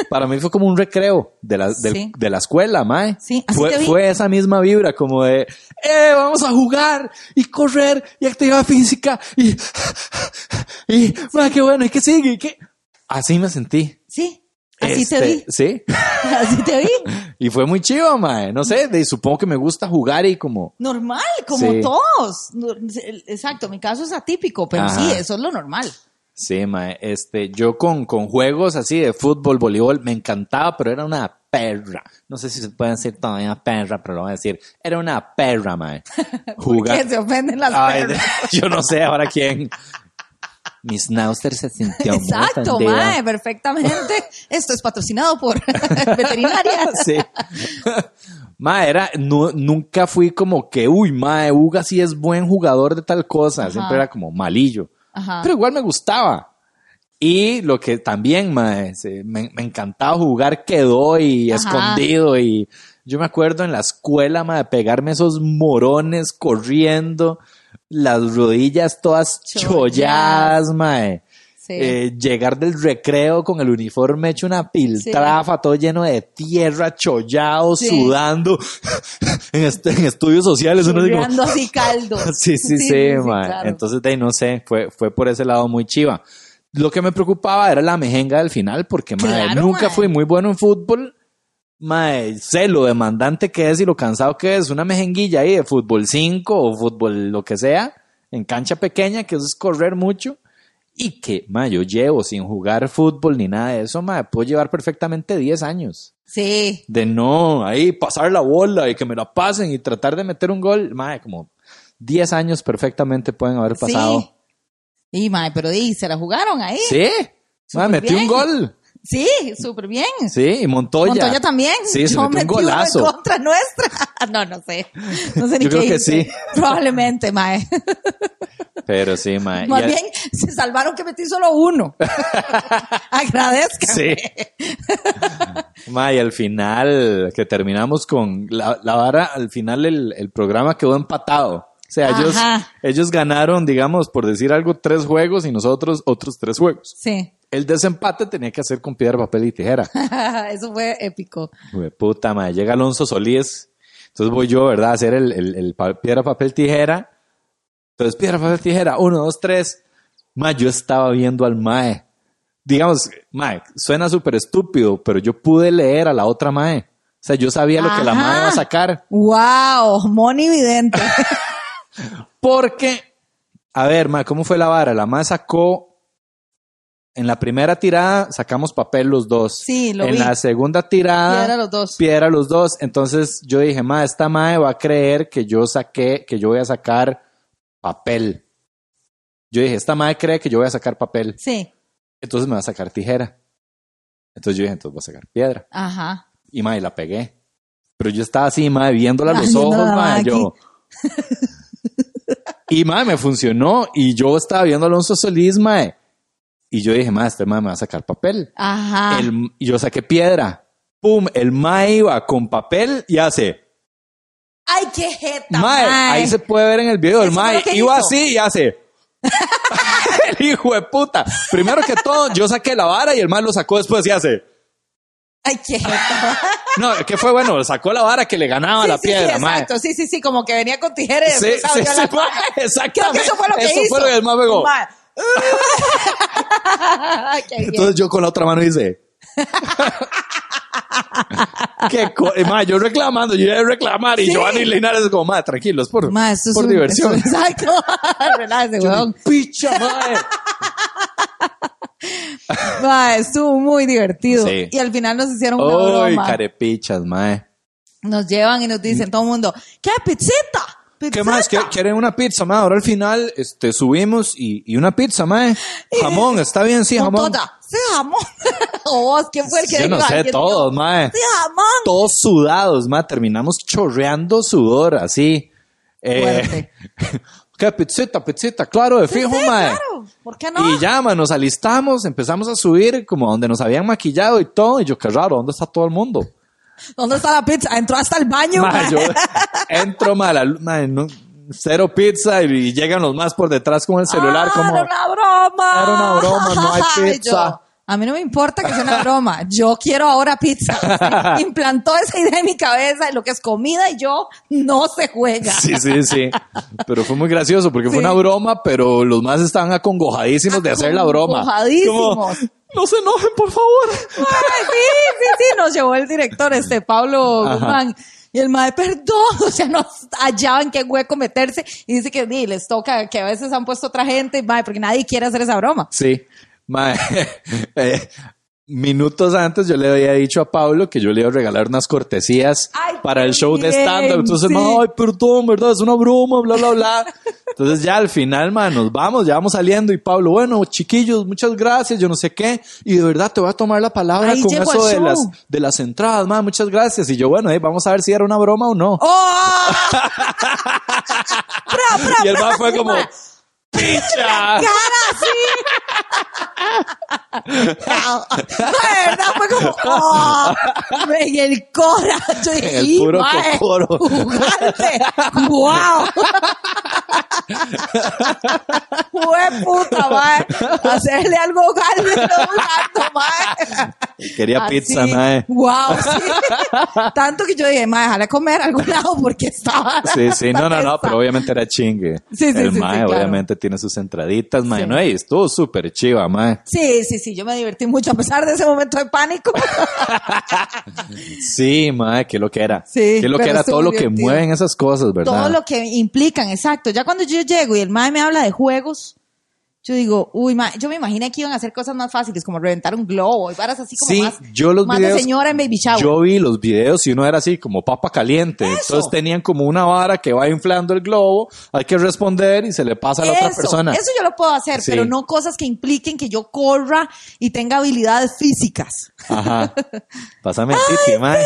Para mí fue como un recreo de la, del- Sí. de la escuela, mae. Sí, así fue, te vi. fue esa misma vibra, como de, eh, vamos a jugar y correr y actividad física y, y, mae, qué bueno, y qué sigue, y qué. Así me sentí. Sí, así Este, te vi, Sí. así te vi. Y fue muy chido, mae. No sé, de- supongo que me gusta jugar y como, Normal, como Sí. todos. No- Exacto, mi caso es atípico, pero Ajá. sí, eso es lo normal. sí, mae. Este, yo con, con juegos así de fútbol, voleibol, me encantaba, pero era una perra. No sé si se puede decir todavía perra, pero lo voy a decir. Era una perra, mae. Jugar. Que se ofenden las Ay, perras. yo no sé ahora quién. Miss Nauster se sintió muy Exacto, ofendida. mae, perfectamente. Esto es patrocinado por veterinaria. Sí. Mae, era, nu- nunca fui como que, uy, mae, Uga sí es buen jugador de tal cosa. Siempre era como malillo. Ajá. Pero igual me gustaba. Y lo que también, mae, se- me, me encantaba jugar quedó y Ajá. escondido. Y yo me acuerdo en la escuela, mae, pegarme esos morones corriendo, las rodillas todas Cholladas. cholladas, mae. Sí. Eh, llegar del recreo con el uniforme hecho una piltrafa, todo lleno de tierra, chollado, Sí. sudando, en, este- en estudios sociales. Uno así como, Churreando así caldo. Sí, sí, sí, mae. claro. Entonces, de ahí no sé, fue, fue por ese lado muy chiva. Lo que me preocupaba era la mejenga del final, porque mae, Claro, nunca mae. fui muy bueno en fútbol. Mae, sé lo demandante que es y lo cansado que es. Una mejenguilla ahí de fútbol 5 o fútbol lo que sea, en cancha pequeña, que eso es correr mucho. Y que, mae, yo llevo sin jugar fútbol ni nada de eso, mae, puedo llevar perfectamente 10 años. Sí. De no, ahí pasar la bola y que me la pasen y tratar de meter un gol. Madre, como 10 años perfectamente pueden haber Sí. pasado. Y mae, pero di, se la jugaron ahí. Sí. Madre, Súper metí un bien. gol. Sí, súper bien. Sí, y Montoya. Montoya también. Sí, se Yo metió un metí uno golazo. en contra nuestra. No, no sé. No sé ni Yo qué creo que hice. sí. Probablemente, mae. Pero sí, madre. Más bien, se salvaron que metí solo uno. Agradezca. Sí. Mae, y al final, que terminamos con la, la vara, al final el, el programa quedó empatado. O sea, ellos, Ajá. ellos ganaron, digamos, por decir algo, tres juegos y nosotros otros tres juegos. Sí. El desempate tenía que hacer con piedra, papel y tijera. Eso fue épico. Jue puta, madre. Llega Alonso Solís. Entonces voy yo, ¿verdad? A hacer el, el- el pa- piedra, papel, tijera. Entonces, piedra, papel, tijera. Uno, dos, tres. Mae, yo estaba viendo al Mae. Digamos, Mae, suena súper estúpido, pero yo pude leer a la otra Mae. O sea, yo sabía lo que la Ajá. Mae iba a sacar. Wow, Moni Vidente. Porque, a ver, Mae, ¿cómo fue la vara? La Mae sacó. En la primera tirada sacamos papel los dos. Sí, lo En vi. la segunda tirada. Piedra los dos. piedra los dos. Entonces yo dije, ma, esta mae va a creer que yo saqué, que yo voy a sacar papel. Yo dije, esta mae cree que yo voy a sacar papel. Sí. Entonces me va a sacar tijera. Entonces yo dije, entonces voy a sacar piedra. Ajá. Y mae, la pegué. Pero yo estaba así, mae, viéndola a Ah, los viéndola, ojos, mae, mae, yo. y mae, me funcionó. Y yo estaba viendo a Alonso Solís, mae. Y yo dije, ma, este ma me va a sacar papel. Ajá. El- y yo saqué piedra. Pum, el ma iba con papel y hace. Ay, qué jeta. Mae, mae. ahí se puede ver en el video del Eso fue Mae. lo que Iba hizo. así y hace. el hijo de puta. Primero que todo, yo saqué la vara y el Mae lo sacó después y hace. Ay, qué jeta. No, que fue bueno, sacó la vara que le ganaba Sí, la sí, piedra, sí, mae. Exacto, sí, sí, sí, como que venía con tijeras. Sí, después sí, abrió sí, la- Creo mae, que exactamente. eso fue lo que hizo. Eso fue lo que el Mae pegó. Mae. Qué bien. Entonces yo con la otra mano hice. Qué co- eh, mae, yo reclamando, yo iba a reclamar y Sí. Giovanni Linares como, mae, tranquilo, es por, Mae, esto es por un- diversión. eso- exacto. Relájese, weón. Picha, mae. Mae, estuvo muy divertido. Sí. Y al final nos hicieron una Uy, broma. carepichas, mae. Nos llevan y nos dicen todo el mundo, ¿qué pizzita? Mm. ¿Qué más? ¿Qué- ¿Pizzeta?" ¿Quieren una pizza, mae? Ahora al final este, subimos y, y una pizza, mae. Jamón, está bien, sí, Con jamón. toda. Sí, jamón. o vos, ¿quién fue el que Yo no dijo? sé, Alguien dijo, todos, mae. Sí, jamón. Todos sudados, mae. Terminamos chorreando sudor, así. Eh, Fuerte. ¿Qué pizzita, pizzita? Claro, de Sí, fijo, sí, mae. claro. ¿Por qué no? Y ya, mae, nos alistamos, empezamos a subir como donde nos habían maquillado y todo. Y yo, qué raro, ¿dónde está todo el mundo? ¿Dónde está la pizza? Entró hasta el baño. Ma, mae. yo entro mal, cero pizza y, y llegan los más por detrás con el celular Ah, como... Era una broma. Era una broma, no hay Ay, pizza. yo, a mí no me importa que sea una broma. Yo quiero ahora pizza. Implantó esa idea en mi cabeza de lo que es comida y yo no se juega. Sí, sí, sí. Pero fue muy gracioso porque fue Sí. una broma, pero los más estaban acongojadísimos de hacer la broma. Acongojadísimos. Como, no se enojen, por favor. Ay, sí, sí, sí, nos llevó el director, este Pablo Ajá. Guzmán. Y el mae, perdón, o sea, no hallaba en qué hueco meterse. Y dice que di, les toca, que a veces han puesto otra gente, mae, porque nadie quiere hacer esa broma. Sí. Ma, eh, minutos antes yo le había dicho a Pablo que yo le iba a regalar unas cortesías Ay, para el qué show de bien, stand-up. Entonces, sí. ma, ay, perdón, ¿verdad? Es una broma, bla, bla, bla. Entonces ya al final, ma, nos vamos, ya vamos saliendo y Pablo, bueno, chiquillos, muchas gracias, yo no sé qué. Y de verdad te voy a tomar la palabra Ahí con llegó el eso de show. las, de las entradas, ma, muchas gracias. Y yo, bueno, eh, vamos a ver si era una broma o no. ¡Oh! y el ma fue como, ma. ¡picha! Ah, de verdad fue como ¡oh! en el cora yo dije, El "Y, puro mae, cocoro". jugante wow fue puta mae hacerle algo grande no un gato mae Ah, Quería pizza, ma. eh. wow tanto que yo dije mae déjale comer a algún lado porque estaba Sí, sí, no, no, no, esa. pero obviamente era chingue. Sí, sí, El sí, mae, sí, claro. obviamente tiene sus entraditas, mae. Sí. No, y estuvo súper chiva, mae. sí sí sí yo me divertí mucho a pesar de ese momento de pánico Sí, mae, que lo que era. Sí, Que lo que pero era estuvo todo lo que divertido. mueven esas cosas, ¿verdad? todo lo que implican, exacto. Ya cuando yo llego y el mae me habla de juegos, yo digo, uy, mae, yo me imaginé que iban a hacer cosas más fáciles, como reventar un globo y varas así como Sí, más, yo los más videos- de señora en baby shower. Yo vi los videos y uno era así como papa caliente. Entonces tenían como una vara que va inflando el globo, hay que responder y se le pasa a la otra Eso, persona. Eso yo lo puedo hacer, Sí. pero no cosas que impliquen que yo corra y tenga habilidades físicas. Ajá. Pásame el sitio, mae.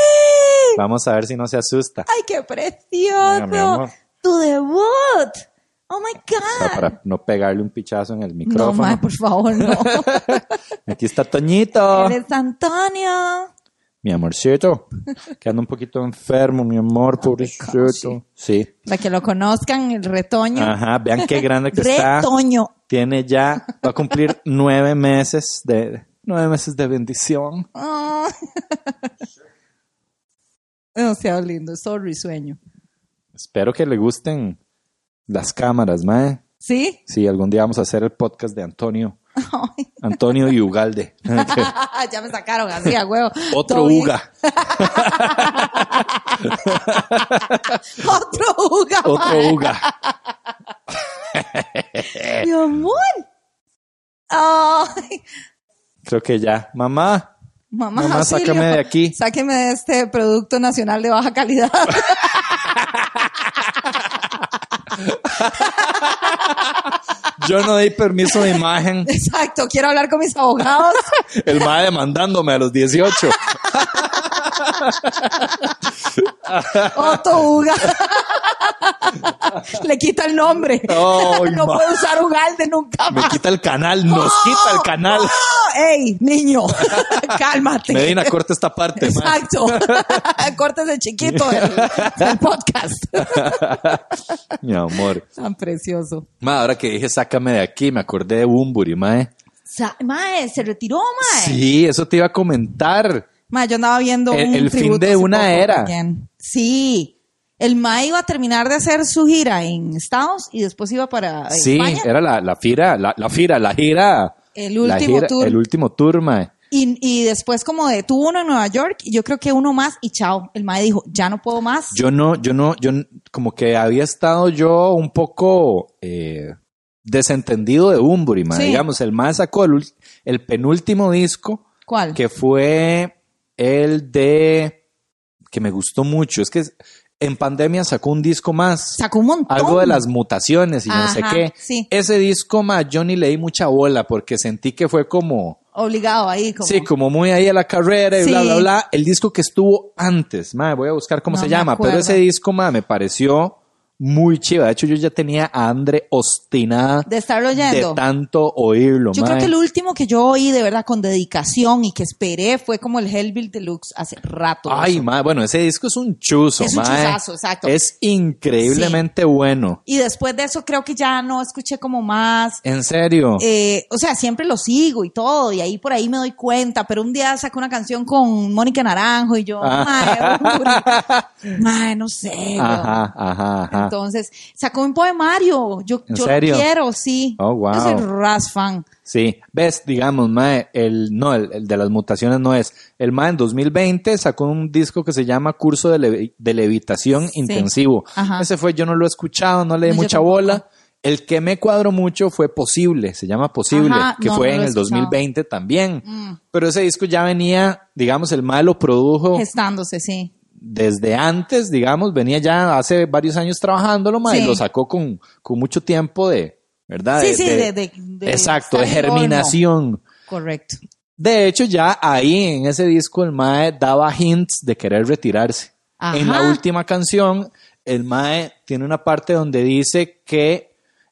Vamos a ver si no se asusta. ¡Ay, qué Venga, mi amor. precioso! ¡Tu debut! ¡Oh, my O sea, God! para no pegarle un pichazo en el No, micrófono. mae, por favor, no. Aquí está Toñito. Eres Antonio. Mi amorcito, que anda un poquito enfermo, mi amor, pobrecito. precioso. Sí. Para que lo conozcan, el retoño. Ajá, vean qué grande que está. Retoño. Tiene ya, va a cumplir nueve meses de, nueve meses de bendición. Ah. Demasiado lindo, sorry, sueño. Espero que le gusten las cámaras, mae. ¿Sí? Sí, algún día vamos a hacer el podcast de Antonio. Ay, Antonio y Ugalde. ya me sacaron así a huevo. Otro Todo bien. Uga, Otro Uga. otro mae. Uga. Mi amor. Ay, Creo que ya. Mamá, mamá, Mamá, auxilio. sácame de aquí. Sáqueme de este producto nacional de baja calidad. yo no di permiso de imagen. Exacto, quiero hablar con mis abogados. El mae demandándome a los 18. Otro Uga. le quita el nombre. Ay, no ma. puede usar Ugalde nunca Me más. quita el canal, nos quita el canal. ¡No! ¡Ey, niño! ¡Cálmate! Medina, corta esta parte, ma. Exacto. Cortes el chiquito del, del podcast. Mi amor. Tan precioso. Ma, ahora que dije, sácame de aquí, me acordé de Bumburi, mae. Sa- Mae, se retiró, mae. Sí, eso te iba a comentar. Mae, yo andaba viendo El- un el fin tributo de hace una poco era. también. Sí. El mae iba a terminar de hacer su gira en Estados y después iba para Sí, España. era la, la fira, la, la fira, la gira. El La último gira- tour. El último tour, mae. Y, y después como de, tuvo uno en Nueva York y yo creo que uno más y chao. El mae dijo, ya no puedo más. Yo no, yo no, yo n- como que había estado yo un poco eh, desentendido de Bumburi, mae. Sí. Digamos, el mae sacó el, ul- el penúltimo disco. ¿Cuál? que fue el de que me gustó mucho. Es que en pandemia sacó un disco más, Sacó un montón. algo de las mutaciones y no sé Ajá, qué. sí. Ese disco más yo ni leí mucha bola porque sentí que fue como, Obligado ahí. Como, sí, como muy ahí a la carrera y Sí. bla bla bla. El disco que estuvo antes, madre, voy a buscar cómo No se me llama, pero acuerdo. ese disco más me pareció muy chiva. De hecho, yo ya tenía a Andre obstinada De estarlo de oyendo. tanto oírlo. Yo mae. creo que lo último que yo oí de verdad con dedicación y que esperé fue como el Hellville Deluxe hace rato. Ay, mae, bueno, ese disco es un chuzo, Es un mae. chuzazo, exacto. Es increíblemente bueno. Y después de eso creo que ya no escuché como más. En serio. Eh, o sea, siempre lo sigo y todo, y ahí por ahí me doy cuenta, pero un día sacó una canción con Mónica Naranjo y yo, Ah. "Mae, ajá, Uri, mae, no sé. weón". ajá, ajá. Entonces, sacó un poemario, yo, ¿En yo lo serio? quiero, sí. Oh, wow. Yo soy Ras fan. Sí, ves, digamos, mae, el no, el, el de las mutaciones no es. El mae en 2020 sacó un disco que se llama Curso de, Levi- de Levitación Intensivo. ajá. Ese fue, yo no lo he escuchado, no le di No, yo mucha tampoco. bola. El que me cuadró mucho fue Posible, se llama Posible, Ajá, que no, fue no en lo he el escuchado. 2020 también. Mm. Pero ese disco ya venía, digamos, el mae lo produjo Gestándose, sí. desde antes, digamos, venía ya hace varios años trabajándolo, ma, y Sí. lo sacó con, con mucho tiempo de, ¿verdad? Sí, De- sí, de- de- de- de exacto, de estar en el horno. germinación. Correcto. De hecho, ya ahí en ese disco el Mae daba hints de querer retirarse. Ajá. En la última canción, el Mae tiene una parte donde dice que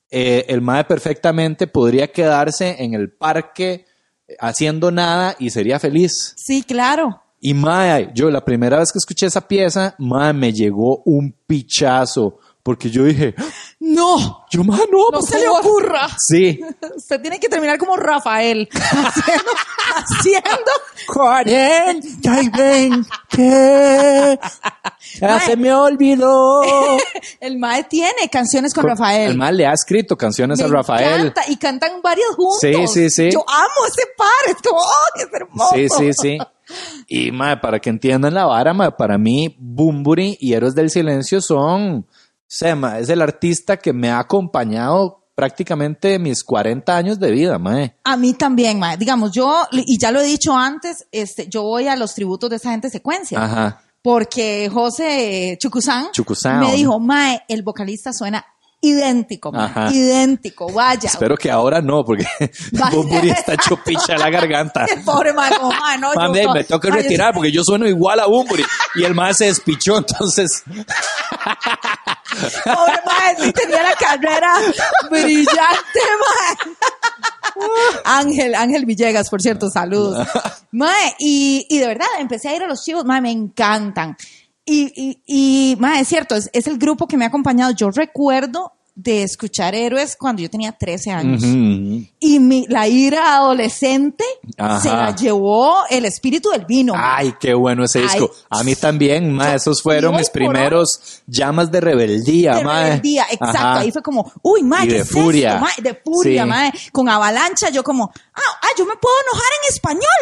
eh, el Mae perfectamente podría quedarse en el parque eh, haciendo nada y sería feliz. Sí, claro. Y mae, yo la primera vez que escuché esa pieza, mae, me llegó un pichazo. Porque yo dije, No, yo, mae, no, no por se le favor". ocurra. Sí. Usted tiene que terminar como Rafael, haciendo, haciendo Cuarenta y veinte. Ya se me olvidó. El Mae tiene canciones con, Rafael. El mae le ha escrito canciones a Me Rafael. encanta, y cantan varios juntos. Sí, sí, sí. Yo amo ese par, es como, oh, es hermoso. Sí, sí, sí. Y mae, para que entiendan la vara, mae, para mí, Bumburi y Héroes del Silencio son. o sea, mae, es el artista que me ha acompañado prácticamente mis 40 años de vida, mae. A mí también, Mae. Digamos, yo, y ya lo he dicho antes, este, yo voy a los tributos de esa gente secuencia. Ajá. Porque José Chucuzán Chucuzán. me dijo, Mae, el vocalista suena idéntico, mae, Ajá. idéntico, vaya. Espero que ahora no, porque Vale. Bumburi está hecho picha a la garganta. El pobre Mae, como, Mae, no, yo- Mami, me tengo que Mae, yo- retirar porque yo sueno igual a Bumburi. Y el más se despichó, entonces. Pobre mae, sí tenía la carrera brillante, mae. Ángel, Ángel Villegas, por cierto, saludos. Mae, y, y de verdad, empecé a ir a los chivos, mae, me encantan. Y, y, y mae, es cierto, es, es el grupo que me ha acompañado. Yo recuerdo de escuchar Héroes cuando yo tenía 13 años. Ujú. Y mi, la ira adolescente Ajá. Ah, se la llevó el espíritu del vino. mae. Ay, qué bueno ese disco. Ay. A mí también, ma, Yo- esos fueron y mis hoy por hoy- primeros llamas de rebeldía, de ma. rebeldía, exacto. Ajá. Ahí fue como, uy, Y madre, de furia. de furia, Sí. mae. Con avalancha, yo como, ah, ah, yo me puedo enojar en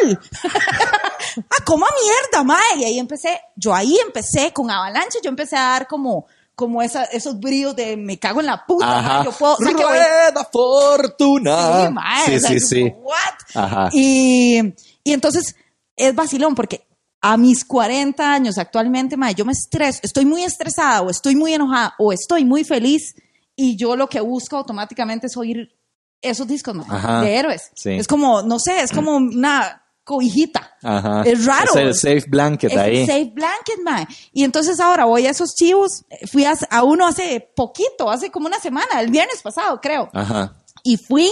español. ah, cómo mierda, mae. Y ahí empecé, yo ahí empecé con avalancha, yo empecé a dar como, como esa, esos bríos de me cago en la puta, mae, Ajá. yo puedo, o sea, que voy- Rueda fortuna. Sí, mae, Ah, sí, o sea, sí, yo sí. como, "What?". Ajá. Y, y entonces es vacilón porque a mis 40 años actualmente, mae, yo me estreso, estoy muy estresada o estoy muy enojada o estoy muy feliz y yo lo que busco automáticamente es oír esos discos mae, Ajá. de héroes. Sí. Es como, no sé, es como una cobijita. Ajá. Es raro. Es el safe blanket Es ahí. el safe blanket, mae. Y entonces ahora voy a esos chivos. Fui a, a uno hace poquito, hace como una semana, el viernes pasado, creo. Ajá. Y fui,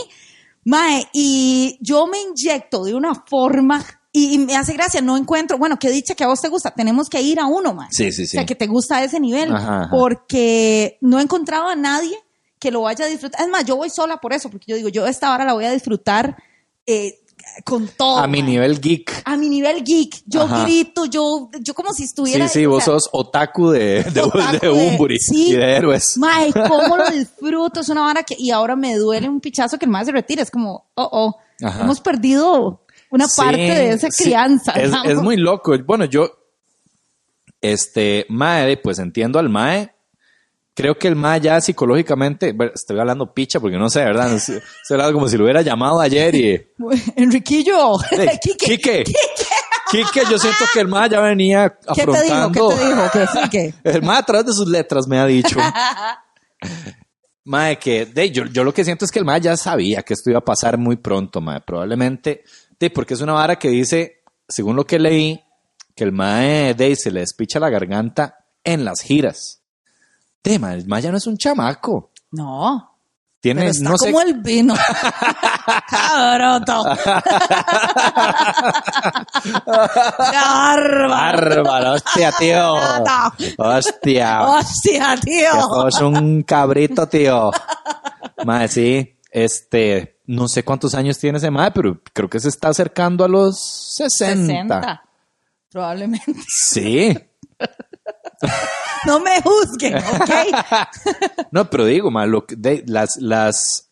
mae, y yo me inyecto de una forma y, y me hace gracia, no encuentro. Bueno, qué dicha que a vos te gusta. Tenemos que ir a uno, mae. Sí, sí, sí. O sea, que te gusta ese nivel. Ajá, ajá. Porque no encontraba a nadie que lo vaya a disfrutar. Es más, yo voy sola por eso, porque yo digo, yo esta hora la voy a disfrutar eh, con todo. a mi mae nivel geek. a mi nivel geek, yo Ajá. grito, yo, yo como si estuviera. Sí, sí, o vos sea, sos otaku de, de, otaku de Bumburi sí. y de héroes. Mae, cómo lo disfruto, es una vara que, y ahora me duele un pichazo que el mae se retira, es como, oh, oh, Ajá. hemos perdido una Sí, parte de esa sí. crianza. Es, ¿no? es muy loco. Bueno, yo, este, Mae, pues entiendo al Mae. Creo que el Mae ya psicológicamente, bueno, estoy hablando picha porque no sé, ¿verdad? No sé, Estoy hablando como si lo hubiera llamado ayer y... Enriquillo, Hey, Quique, Quique, Quique, yo siento que el Mae ya venía ¿qué te dijo? afrontando... ¿Qué te dijo? ¿Qué sí, qué? El Mae a través de sus letras me ha dicho... Mae, que de, yo, yo lo que siento es que el Mae ya sabía que esto iba a pasar muy pronto, Mae. Probablemente, de, porque es una vara que dice, según lo que leí, que el Mae de, se le despicha la garganta en las giras. De, mae, el Mae ya no es un chamaco. No, Tiene, pero está no sé, como el vino. Cabroto. Bárbaro. bárbaro, hostia, tío. Hostia. Hostia, que tío. sos Oh, un cabrito, tío. Mae, sí. Este, no sé cuántos años tiene ese Mae, pero creo que se está acercando a los 60. 60. Probablemente. Sí. No me juzguen, ¿ok? No, pero digo, ma, lo que- de- las, las,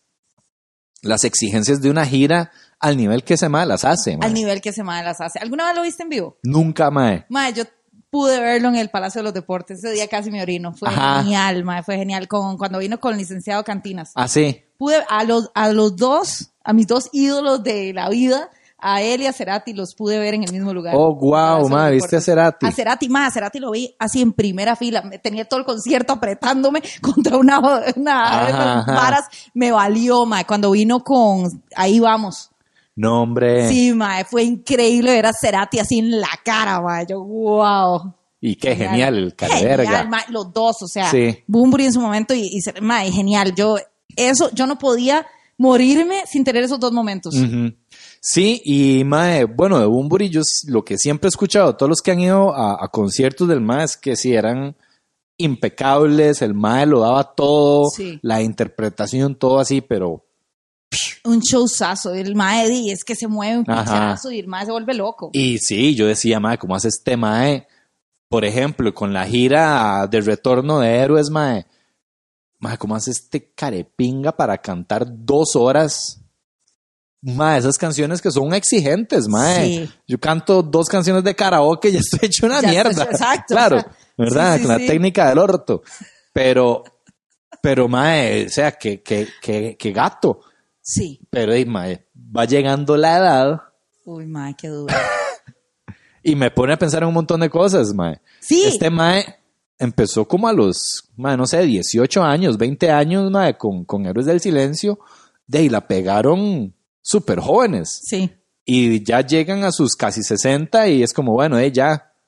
las exigencias de una gira al nivel que se ma, las hace. ma. Al nivel que se madre las hace. ¿Alguna vez lo viste en vivo? Nunca, mae. Madre, yo pude verlo en el Palacio de los Deportes. Ese día casi me orino. Fue Ajá. genial, madre. Fue genial. Con, cuando vino con el licenciado Cantinas. Así. Pude a los, a los dos, a mis dos ídolos de la vida, a él y a Cerati, los pude ver en el mismo lugar. Oh, guau, Palacio de los madre, ¿viste a Deportes. Cerati? A Cerati, madre, a Cerati lo vi así en primera fila. Me- Tenía todo el concierto apretándome contra una, una Ajá, ajá. varas. Me valió, madre. Cuando vino con Ahí Vamos. No, hombre. Sí, mae, fue increíble ver a Cerati así en la cara, mae. Yo, wow. Y qué genial, el carverga. Genial, mae, los dos, o sea, Sí. Bumburi en su momento y, y Cer- mae, genial. Yo, eso, yo no podía morirme sin tener esos dos momentos. Ujú. Sí, y mae, bueno, de Bumburi, yo s- lo que siempre he escuchado, todos los que han ido a, a conciertos del mae es que sí eran impecables, el mae lo daba todo, Sí. la interpretación, todo así, pero Un showzazo, el mae, di, es que se mueve un Ajá. pichazo y el mae se vuelve loco. Y sí, yo decía, mae, ¿cómo hace este mae? Por ejemplo, con la gira del retorno de héroes, mae. Mae, ¿cómo hace este carepinga para cantar dos horas? Mae, esas canciones que son exigentes, mae. Sí. Yo canto dos canciones de karaoke y ya estoy hecho una Ya estoy- mierda. exacto, Claro, o sea, ¿verdad? sí, sí, con la sí. técnica del orto. Pero, pero, mae, o sea, que, que, que, que gato. Sí. Pero, ey, mae, va llegando la edad. Uy, mae, qué duro. Y me pone a pensar en un montón de cosas, mae. Sí. Este mae empezó como a los, mae, no sé, 18 años, 20 años, mae, con, con Héroes del Silencio. De ahí la pegaron súper jóvenes. Sí. Y ya llegan a sus casi 60 y es como, bueno, eh, ya.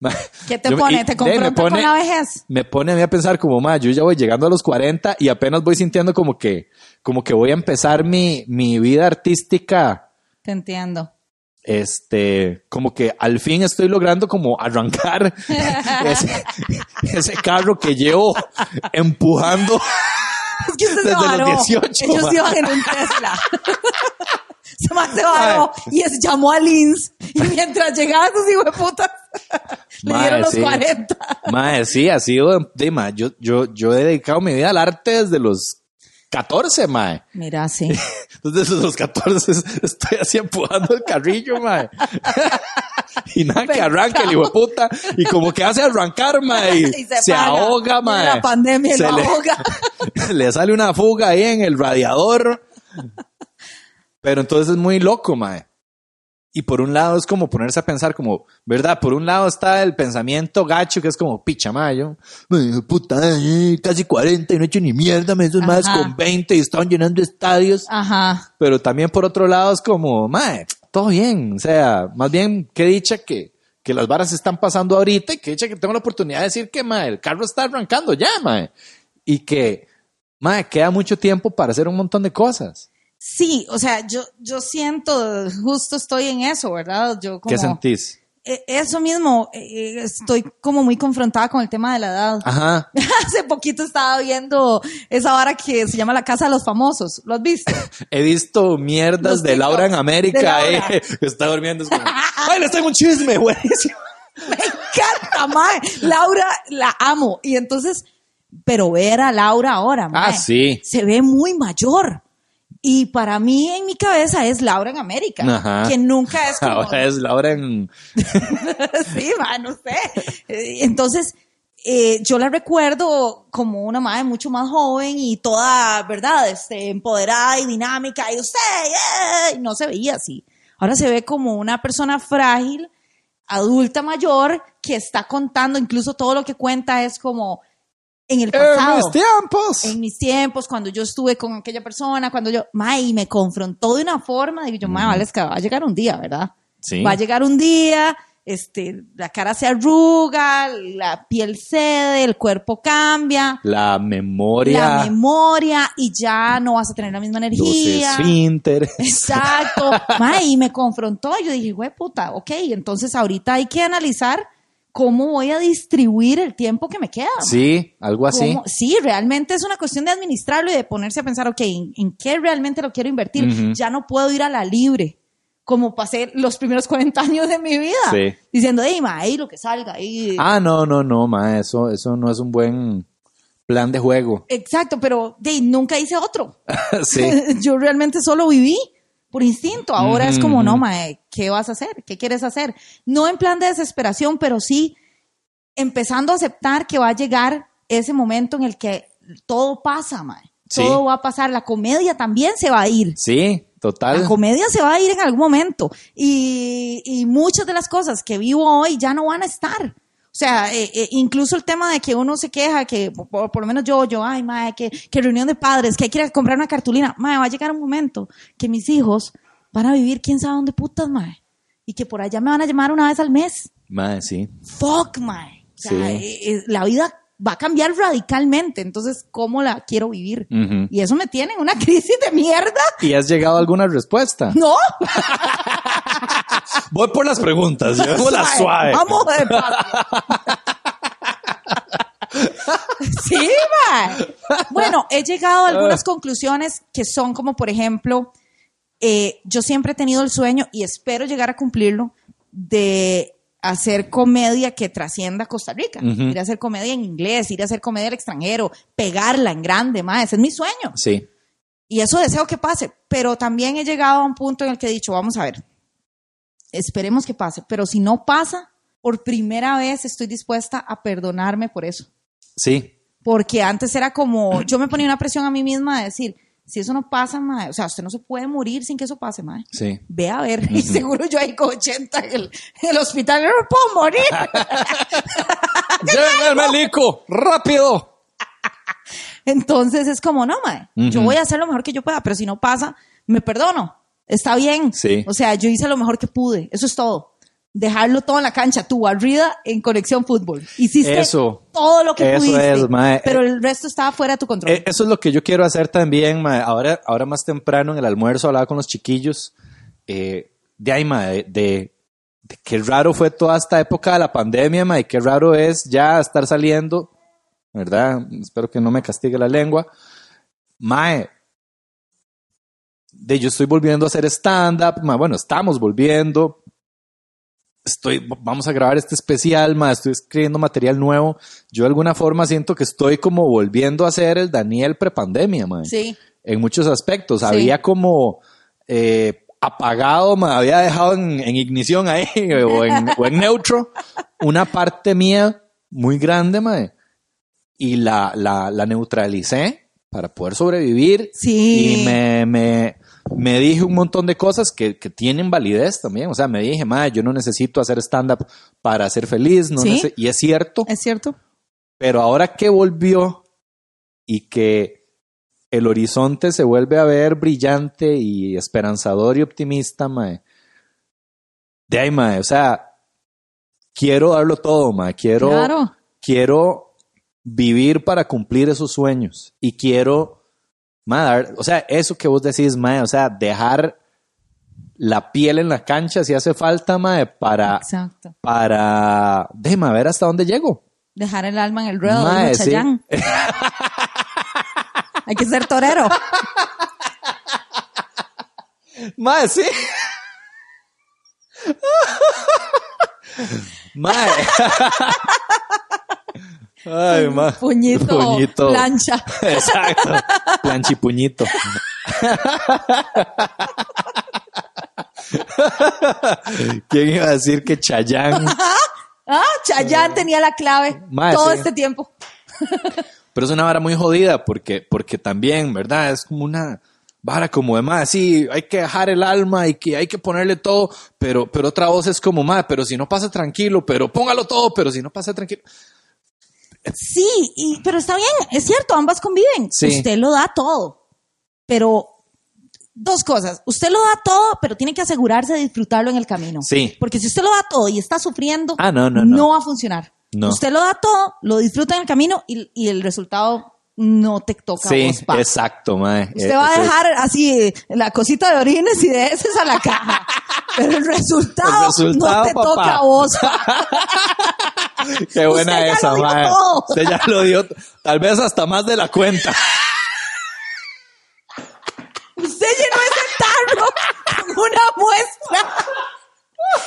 Mae, ¿Qué te yo- pone? y- ¿Te de ahí me confronta con pone- la vejez? Me pone a mí a pensar como, mae, yo ya voy llegando a los 40 y apenas voy sintiendo como que, como que voy a empezar mi, mi vida artística Te entiendo. este, como que al fin estoy logrando como arrancar ese, ese carro que llevo empujando. Es que usted Desde se los varó. 18, Ellos ma. iban en un Tesla. se más se varó y es, llamó a Lins. Y mientras llegaban sus hijos de putas, le Mae, dieron los sí. 40. Mae, sí, ha sido, de, mae, yo, yo, yo he dedicado mi vida al arte desde los 14, mae. Mira, sí. Entonces desde los 14 es- estoy así empujando el carrillo, mae. Y nada, que arranque el hijo de puta. Y como que hace arrancar, mae. Y Y se, se para. ahoga, mae. Viene la pandemia y Se lo le- ahoga. le sale una fuga ahí en el radiador. Pero entonces es muy loco, mae. Y por un lado es como ponerse a pensar como, ¿verdad? Por un lado está el pensamiento gacho que es como, picha, mayo. Puta, eh, casi 40 y no he hecho ni mierda, me esos más Ajá. con 20 y están llenando estadios. Ajá. Pero también por otro lado es como, mae, todo bien. O sea, más bien, qué dicha que, que las varas están pasando ahorita y qué dicha que tengo la oportunidad de decir que, mae, el carro está arrancando ya, mae. Y que, mae, queda mucho tiempo para hacer un montón de cosas. Sí, o sea, yo, yo siento, justo estoy en eso, ¿verdad? Yo como, ¿Qué sentís? Eh, Eso mismo, eh, eh, estoy como muy confrontada con el tema de la edad. Ajá. Hace poquito estaba viendo esa vara que se llama La Casa de los Famosos. ¿Lo has visto? He visto mierdas Los de Laura en TikToks América. de Laura. eh. Está durmiendo. es como, ¡Ay, les tengo un chisme! Buenísimo. Me encanta, mae. Laura, la amo. Y entonces, pero ver a Laura ahora, mae, Ah, sí. se ve muy mayor. Y para mí, en mi cabeza, es Laura en América, Ajá. que nunca es como... Ahora es Laura en. sí, mae, no sé. Eh, Entonces, eh, yo la recuerdo como una madre mucho más joven y toda, ¿verdad? Este, empoderada y dinámica. Y usted, ¡eh! y no se veía así. Ahora se ve como una persona frágil, adulta mayor, que está contando, incluso todo lo que cuenta es como en el ¡En pasado Eh, mis tiempos! en mis tiempos, cuando yo estuve con aquella persona, cuando yo, mae, y me confrontó de una forma, digo yo, mae, vale, es que va a llegar un día, ¿verdad? Sí. Va a llegar un día, este, la cara se arruga, la piel cede, el cuerpo cambia, La memoria. la memoria, y ya no vas a tener la misma Los energía. esfínteres. Exacto. Mae, y me confrontó. y Yo dije, güey, puta, ok, entonces ahorita hay que analizar cómo voy a distribuir el tiempo que me queda. Sí, algo así. ¿Cómo? Sí, realmente es una cuestión de administrarlo y de ponerse a pensar, ok, ¿en, en qué realmente lo quiero invertir? Ujú. Ya no puedo ir a la libre, como pasé los primeros 40 años de mi vida, Sí. diciendo, ey, ma, ahí lo que salga, ahí. Ah, no, no, no, ma, eso, eso no es un buen plan de juego. Exacto, pero de, nunca hice otro. sí. Yo realmente solo viví por instinto. Ahora es como, Ujú. no, ma, ¿qué vas a hacer? ¿Qué quieres hacer? No en plan de desesperación, pero sí empezando a aceptar que va a llegar ese momento en el que todo pasa, ma. Sí. Todo va a pasar. La comedia también se va a ir. Sí, total. La comedia se va a ir en algún momento. Y, y muchas de las cosas que vivo hoy ya no van a estar. O sea, eh, eh, incluso el tema de que uno se queja, que po- por, por lo menos yo, yo, ay, madre, que, que reunión de padres, que hay que ir a comprar una cartulina. Madre, va a llegar un momento que mis hijos van a vivir quién sabe dónde putas, madre. Y que por allá me van a llamar una vez al mes. Ma, sí. Fuck, madre. O sea, Sí. eh, eh, la vida va a cambiar radicalmente. Entonces, ¿cómo la quiero vivir? Ujú. Y eso me tiene en una crisis de mierda. ¿Y has llegado a alguna respuesta? No, Voy por las preguntas, llevémoslas Suave, suave. Vamos de paso. sí, ma. Bueno, he llegado a algunas conclusiones que son como, por ejemplo, eh, yo siempre he tenido el sueño y espero llegar a cumplirlo de hacer comedia que trascienda Costa Rica, Ujú. ir a hacer comedia en inglés, ir a hacer comedia al extranjero, pegarla en grande, ma, ese es mi sueño. Sí. Y eso deseo que pase, pero también he llegado a un punto en el que he dicho, vamos a ver, esperemos que pase, pero si no pasa, por primera vez estoy dispuesta a perdonarme por eso. Sí. Porque antes era como, yo me ponía una presión a mí misma de decir, si eso no pasa, mae, o sea, usted no se puede morir sin que eso pase, mae. Sí. Ve a ver, y seguro yo ahí con 80 en el, en el hospital, yo no me puedo morir. Llévenme al melico, rápido. Entonces es como, no, mae, yo Ujú. voy a hacer lo mejor que yo pueda, pero si no pasa, me perdono. Está bien. Sí. O sea, yo hice lo mejor que pude. Eso es todo. Dejarlo todo en la cancha, tu barrida en conexión fútbol. Hiciste Eso. todo lo que Eso pudiste. es, mae. Pero el resto estaba fuera de tu control. Eh, Eso es lo que yo quiero hacer también, ma. Ahora, ahora más temprano en el almuerzo hablaba con los chiquillos eh, de ahí, ma, de, de- de qué raro fue toda esta época de la pandemia, ma, y qué raro es ya estar saliendo, ¿verdad? Espero que no me castigue la lengua. Mae, de yo estoy volviendo a hacer stand-up, mae, bueno, estamos volviendo. Estoy, vamos a grabar este especial, mae, estoy escribiendo material nuevo. Yo de alguna forma siento que estoy como volviendo a ser el Daniel prepandemia, mae sí. en muchos aspectos. Sí. Había como eh, apagado, me había dejado en, en ignición ahí o en, o en neutro una parte mía muy grande, mae, y la, la, la neutralicé para poder sobrevivir. Sí. Y me, me, me dije un montón de cosas que, que tienen validez también. O sea, me dije, mae, yo no necesito hacer stand-up para ser feliz. No Sí. nece-". Y es cierto. ¿Es cierto? Pero ahora que volvió y que el horizonte se vuelve a ver brillante y esperanzador y optimista, mae, de ahí, mae, o sea, quiero darlo todo, mae, quiero, Claro. quiero vivir para cumplir esos sueños y quiero, mae, dar- o sea, eso que vos decís, mae, o sea, dejar la piel en la cancha si hace falta, mae, para, Exacto. para, déjame ver hasta dónde llego. Dejar el alma en el ruedo, Mae, dijo sí. Chayanne. Hay que ser torero. Mae, sí. Mae. Ay, mae. Puñito, Puñito. plancha. Exacto. Planchipuñito. ¿Quién iba a decir que Chayán? Ah, Chayanne tenía la clave Mae, todo sí. este tiempo. Pero es una vara muy jodida porque, porque también, ¿verdad? Es como una vara como de más, sí, hay que dejar el alma y que hay que ponerle todo, pero, pero otra voz es como más, pero si no pasa tranquilo, pero póngalo todo, pero si no pasa tranquilo. Sí, y, pero está bien, es cierto, ambas conviven. Sí. Usted lo da todo, pero dos cosas. Usted lo da todo, pero tiene que asegurarse de disfrutarlo en el camino. Sí. Porque si usted lo da todo y está sufriendo, Ah, no, no, no. va a funcionar. No. Usted lo da todo, lo disfruta en el camino y, y el resultado no te toca. a Sí, vos, pa. exacto, mae. Usted Eh, va a ese- dejar así eh, la cosita de orines y de heces a la caja. Pero el resultado, El resultado, no te papá. toca a vos. pa. Qué buena Usted ya esa, lo dio mae. todo. Usted ya lo dio, tal vez hasta más de la cuenta. Usted Pues llenó ese tarro con una muestra.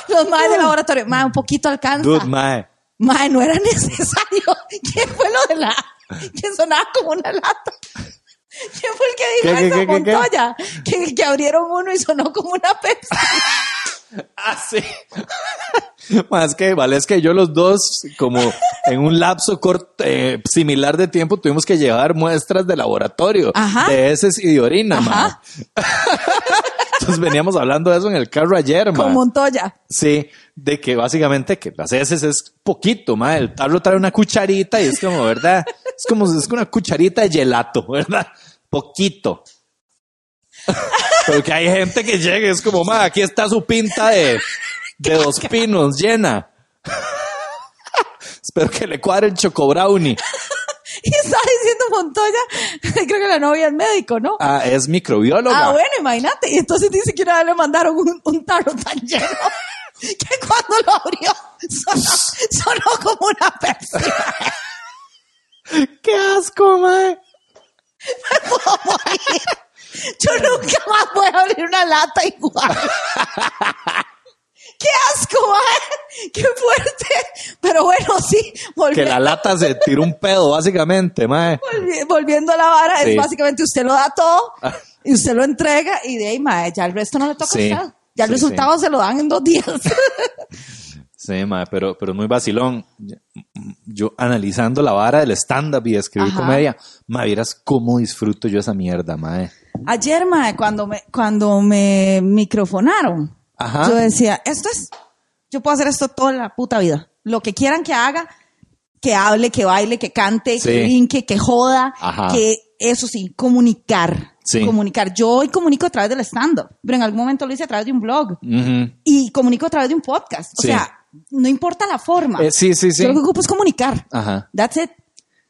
Los madres del laboratorio, madre, un poquito alcanza. Dude, mae. Madre, no era necesario. ¿Quién fue lo de la que sonaba como una lata? ¿Quién fue el que dijo ¿Qué, qué, eso? qué, qué, qué? Montoya. Que, que abrieron uno y sonó como una Pepsi. Ah, sí. Más que vale, es que yo los dos, como en un lapso corto, eh, similar de tiempo, tuvimos que llevar muestras de laboratorio Ajá. de heces y de orina, Ajá. ma. Entonces veníamos hablando de eso en el carro ayer, ma. Con Montoya. Sí, de que básicamente que las heces es poquito, ma. El tarro trae una cucharita y es como, ¿verdad? Es como es una cucharita de gelato, ¿verdad? Poquito. Porque hay gente que llega y es como, ma, aquí está su pinta de, de dos pinos llena. Espero que le cuadre el choco brownie. Y está diciendo Montoya, creo que la novia es médico, ¿no? Ah, es microbióloga. Ah, bueno, imagínate. Y entonces dice que una vez le mandaron un, un tarro tan lleno que cuando lo abrió sonó, sonó como una Pepsi. ¡Qué asco, ma! Me puedo morir. Yo nunca más voy a abrir una lata igual. ¡Qué asco, mae! ¡Qué fuerte! Pero bueno, sí, volvi- Que la lata se tiró un pedo, básicamente, ma. volvi- volviendo a la vara, Sí. Ah. es básicamente usted lo da todo y usted lo entrega y de ahí, mae, ya el resto no le toca Sí. a usted. Ya el Sí, resultado se lo dan en dos días. Sí, ma, pero, pero muy vacilón. Yo analizando la vara del stand-up y de escribir Ajá. comedia, ma, vieras cómo disfruto yo esa mierda, ma. eh. Ayer, mae, cuando me, cuando me microfonaron, Ajá. yo decía, esto es, yo puedo hacer esto toda la puta vida. Lo que quieran que haga, que hable, que baile, que cante, Sí. que brinque, que joda, Ajá. que eso sí, comunicar. Sí. Comunicar. Yo hoy comunico a través del stand-up, pero en algún momento lo hice a través de un blog Ujú. y comunico a través de un podcast. O Sí. sea, no importa la forma. Eh, sí, sí, sí. Yo lo que ocupo es comunicar. Ajá. That's it.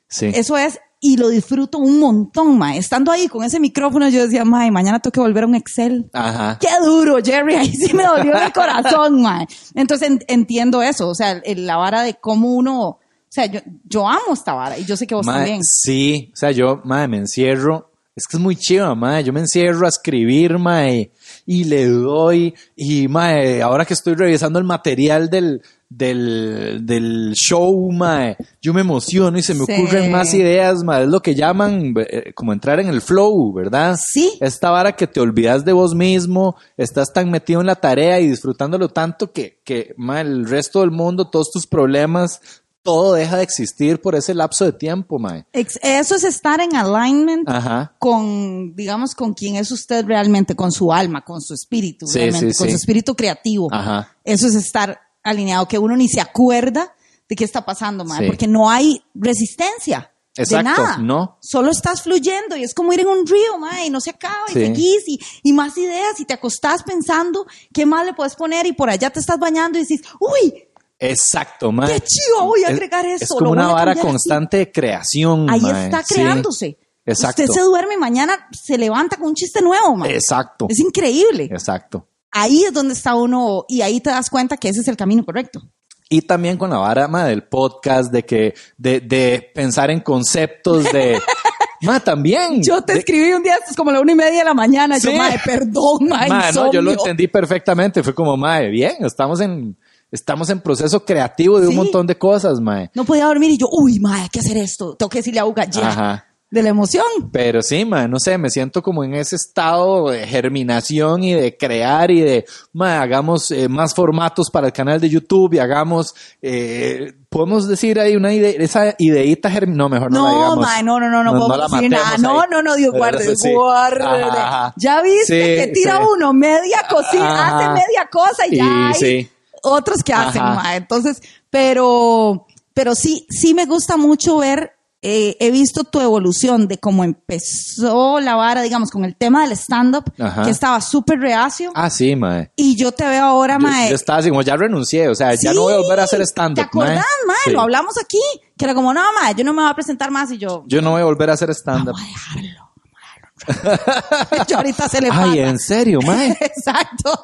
Sí. Eso es, y lo disfruto un montón, mae. Estando ahí con ese micrófono, yo decía, mae, mañana tengo que volver a un Excel. Ajá. Qué duro, Jerry, ahí sí me dolió el corazón, mae. Entonces en- entiendo eso, o sea, el- la vara de cómo uno, o sea, yo, yo amo esta vara y yo sé que vos Ma, también. Sí, o sea, yo, ma, me encierro. Es que es muy chiva, ma. Yo me encierro a escribir, ma, y, y le doy. Y, ma, eh, ahora que estoy revisando el material del, del, del show, ma, yo me emociono y se me Sí. ocurren más ideas, ma. Es lo que llaman eh, como entrar en el flow, ¿verdad? Sí. Esta vara que te olvidas de vos mismo, estás tan metido en la tarea y disfrutándolo tanto que, que ma, el resto del mundo, todos tus problemas, todo deja de existir por ese lapso de tiempo, mae. Ex- Eso es estar en alignment Ajá. con, digamos, con quién es usted realmente, con su alma, con su espíritu, Sí, realmente, sí, con sí. su espíritu creativo. Ajá. Eso es estar alineado, que uno ni se acuerda de qué está pasando, mae, Sí. porque no hay resistencia. Exacto, de nada. no. Solo estás fluyendo y es como ir en un río, mae, y no se acaba y Sí. seguís y, y más ideas y te acostás pensando qué más le puedes poner y por allá te estás bañando y decís, uy, Exacto, mae. Qué chido, voy a agregar es, eso, Es lo como voy una a vara cambiar constante de creación. ahí Mm, mae, está sí. creándose. Exacto. Usted se duerme y mañana se levanta con un chiste nuevo, mae. Exacto. Es increíble. Exacto. Ahí es donde está uno y ahí te das cuenta que ese es el camino correcto. Y también con la vara ma, del podcast, de que, de, de pensar en conceptos de. ma, también. Yo te escribí un día, es como la una y media de la mañana. Sí. Yo, madre, perdón, madre, Ma, no, yo insomnio". lo entendí perfectamente. Fue como, mae, bien, estamos en, estamos en proceso creativo de un Sí. montón de cosas, mae. No podía dormir y yo, uy, madre, hay que hacer esto. Tengo que decirle a Uga ya. Ajá. De la emoción. Pero sí, ma, no sé, me siento como en ese estado de germinación y de crear y de, ma, hagamos eh, más formatos para el canal de YouTube y hagamos, eh, podemos decir ahí una idea, esa ideita germ- no, mejor no, la No, digamos. madre, no, no, no, no, la podemos decir nada. matemos No, ahí. no, no, Dios Pero guarde, eso sí. guarde. Ajá, ajá. Ya viste Sí, que tira sí. uno media cosita, Ajá. hace media cosa y ya Y hay sí. otros que hacen, Ajá. madre. Entonces, pero, pero sí, sí me gusta mucho ver, eh, he visto tu evolución de cómo empezó la vara, digamos, con el tema del stand-up, Ajá. que estaba súper reacio. Ah, sí, mae. Y yo te veo ahora, Yo, mae. yo estaba así como, ya renuncié, o sea, ya Sí, no voy a volver a hacer stand-up. ¿Te acordás, mae? mae? Sí. Lo hablamos aquí. Que era como, no, mae, yo no me voy a presentar más. Y yo, Yo no voy a volver a hacer stand-up. vamos a dejarlo. vamos a dejarlo. yo ahorita se le pasa. Ay, ¿en serio, mae? Exacto.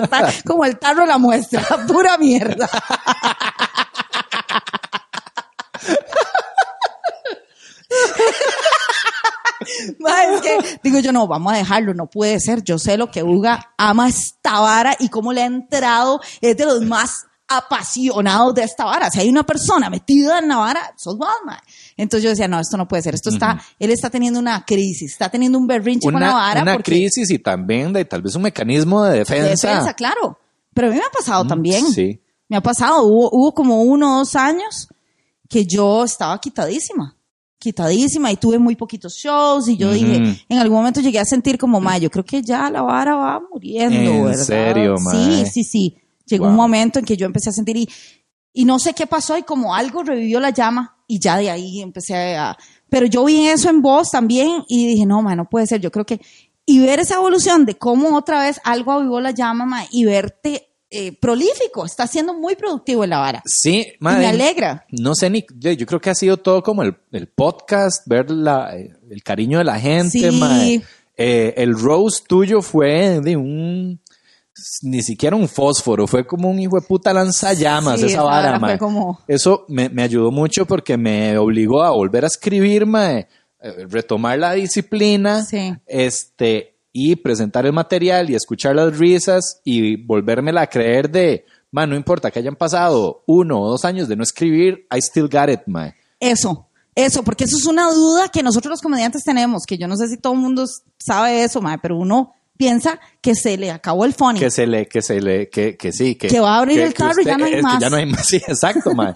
Está como el tarro de la muestra. Pura mierda. Mae, es que digo yo, no, vamos a dejarlo, no puede ser. Yo sé lo que Uga ama esta vara y cómo le ha entrado, es de los más apasionados de esta vara. Si hay una persona metida en la vara, sos vos, mae. Entonces yo decía, no, esto no puede ser. Esto está, él está teniendo una crisis, está teniendo un berrinche con la Una, vara. una porque- crisis y también de tal vez un mecanismo de de defensa. Mm, defensa, claro. Pero a mí me ha pasado también. sí. Me ha pasado. Hubo, hubo como uno o dos años que yo estaba quitadísima. Quitadísima y tuve muy poquitos shows. Y yo Ujú. dije, en algún momento llegué a sentir como, ma, yo creo que ya la vara va muriendo, En ¿verdad? serio, ma. Sí, sí, sí. Llegó un Wow. momento en que yo empecé a sentir y, y no sé qué pasó y como algo revivió la llama y ya de ahí empecé a... Pero yo vi eso en vos también y dije, no, ma, no puede ser, yo creo que... Y ver esa evolución de cómo otra vez algo avivó la llama, ma, y verte eh, prolífico, está siendo muy productivo en la vara. Sí, Y me madre. alegra. No sé ni, yo, yo creo que ha sido todo como el, el podcast, ver la, el cariño de la Sí. gente, mae. Eh, el roast tuyo fue de un, ni siquiera un fósforo, fue como un hijo de puta lanzallamas, Sí, esa esa vara, vara fue mae. como- Eso me, me ayudó mucho porque me obligó a volver a escribir, mae, eh, retomar la disciplina, Sí. este, y presentar el material y escuchar las risas y volvérmela a creer de, man, no importa que hayan pasado uno o dos años de no escribir, I still got it, man. Eso, eso, porque eso es una duda que nosotros los comediantes tenemos, que yo no sé si todo el mundo s- sabe eso, ma, pero uno piensa que se le acabó el funny. Que se le, que se le, que, que sí, que, Mm. Que va a abrir el carro y usted- ya no hay es que más. ya no hay más, sí, exacto, man.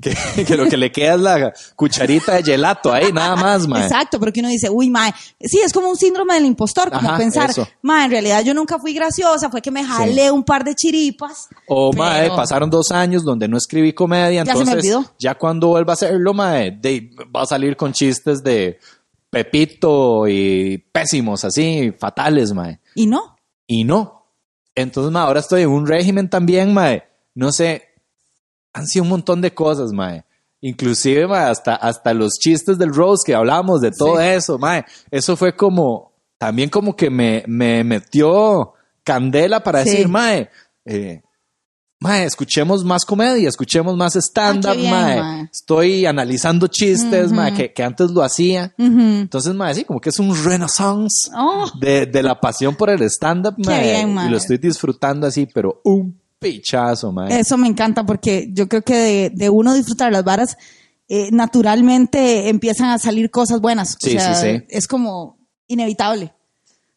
que, que lo que le queda es la cucharita de gelato ahí, nada más, man. Exacto, porque uno dice, uy, mae, sí, es como un síndrome del impostor, como Ajá, pensar, eso. mae, en realidad yo nunca fui graciosa, fue que me jalé un par de chiripas. O, pero- mae, pasaron dos años donde no escribí comedia, Ya se me entonces olvidó. ya cuando vuelva a hacerlo, mae, de- va a salir con chistes de Pepito y pésimos, así, fatales, mae. Y no, Y no. Entonces, mae, ahora estoy en un régimen también, mae. No sé, han sido un montón de cosas, mae. Inclusive, mae, hasta, hasta los chistes del Rose que hablamos de todo Sí. eso, mae. Eso fue como, también como que me, me metió candela para Sí. decir, mae, eh, mae, escuchemos más comedia, escuchemos más Ah, stand-up, qué bien, mae. mae. Estoy analizando chistes, mae, que, que antes lo hacía. Ujú. Entonces, mae, sí, como que es un renaissance Oh. de, de la pasión por el stand-up, mae. bien, mae. Y lo estoy disfrutando así, pero un pichazo, mae. eso me encanta porque yo creo que de, de uno disfrutar las varas, eh, naturalmente empiezan a salir cosas buenas. O Sí, sea, sí, sí. Es como inevitable.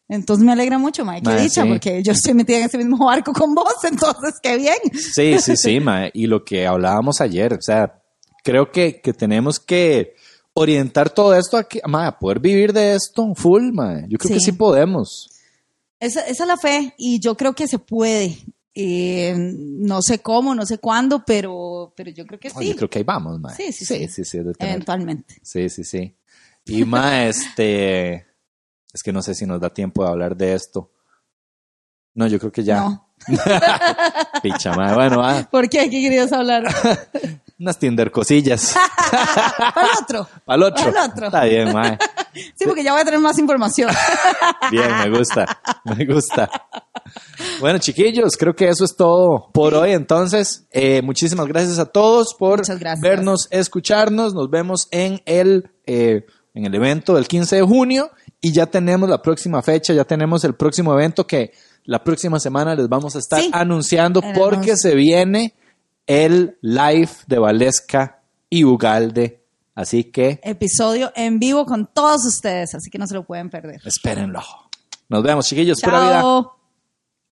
Entonces me alegra mucho, Mae, qué Mae, dicha, sí. porque yo estoy metida en ese mismo barco con vos, entonces qué bien. Sí, sí, sí, mae. Y lo que hablábamos ayer, o sea, creo que, que tenemos que orientar todo esto a, que, mae, a poder vivir de esto full, mae. Yo creo que Sí. sí podemos. Esa, esa es la fe y yo creo que se puede. Eh, no sé cómo, no sé cuándo, pero, pero yo creo que sí. Oye, creo que ahí vamos, mae. Sí, sí, sí. sí, sí, sí, de tener- Eventualmente. sí, sí, sí. Y mae, este, es que no sé si nos da tiempo de hablar de esto. No, yo creo que ya. No. Picha, mae. Bueno, va. ¿Por qué? ¿Qué querías hablar? unas Tinder cosillas. Para el otro. Al otro. Pa'l otro. Está bien, mae. Sí, porque ya voy a tener más información. Bien, me gusta, me gusta. Bueno, chiquillos, creo que eso es todo por hoy. Entonces, eh, muchísimas gracias a todos por Muchas gracias. vernos, escucharnos. Nos vemos en el, eh, en el evento del 15 de junio y ya tenemos la próxima fecha, ya tenemos el próximo evento que la próxima semana les vamos a estar Sí. anunciando El porque anuncio. se viene el live de Valesca y Ugalde. Así que Episodio en vivo con todos ustedes, así que no se lo pueden perder. espérenlo. Nos vemos, chiquillos. Pura vida. Chao.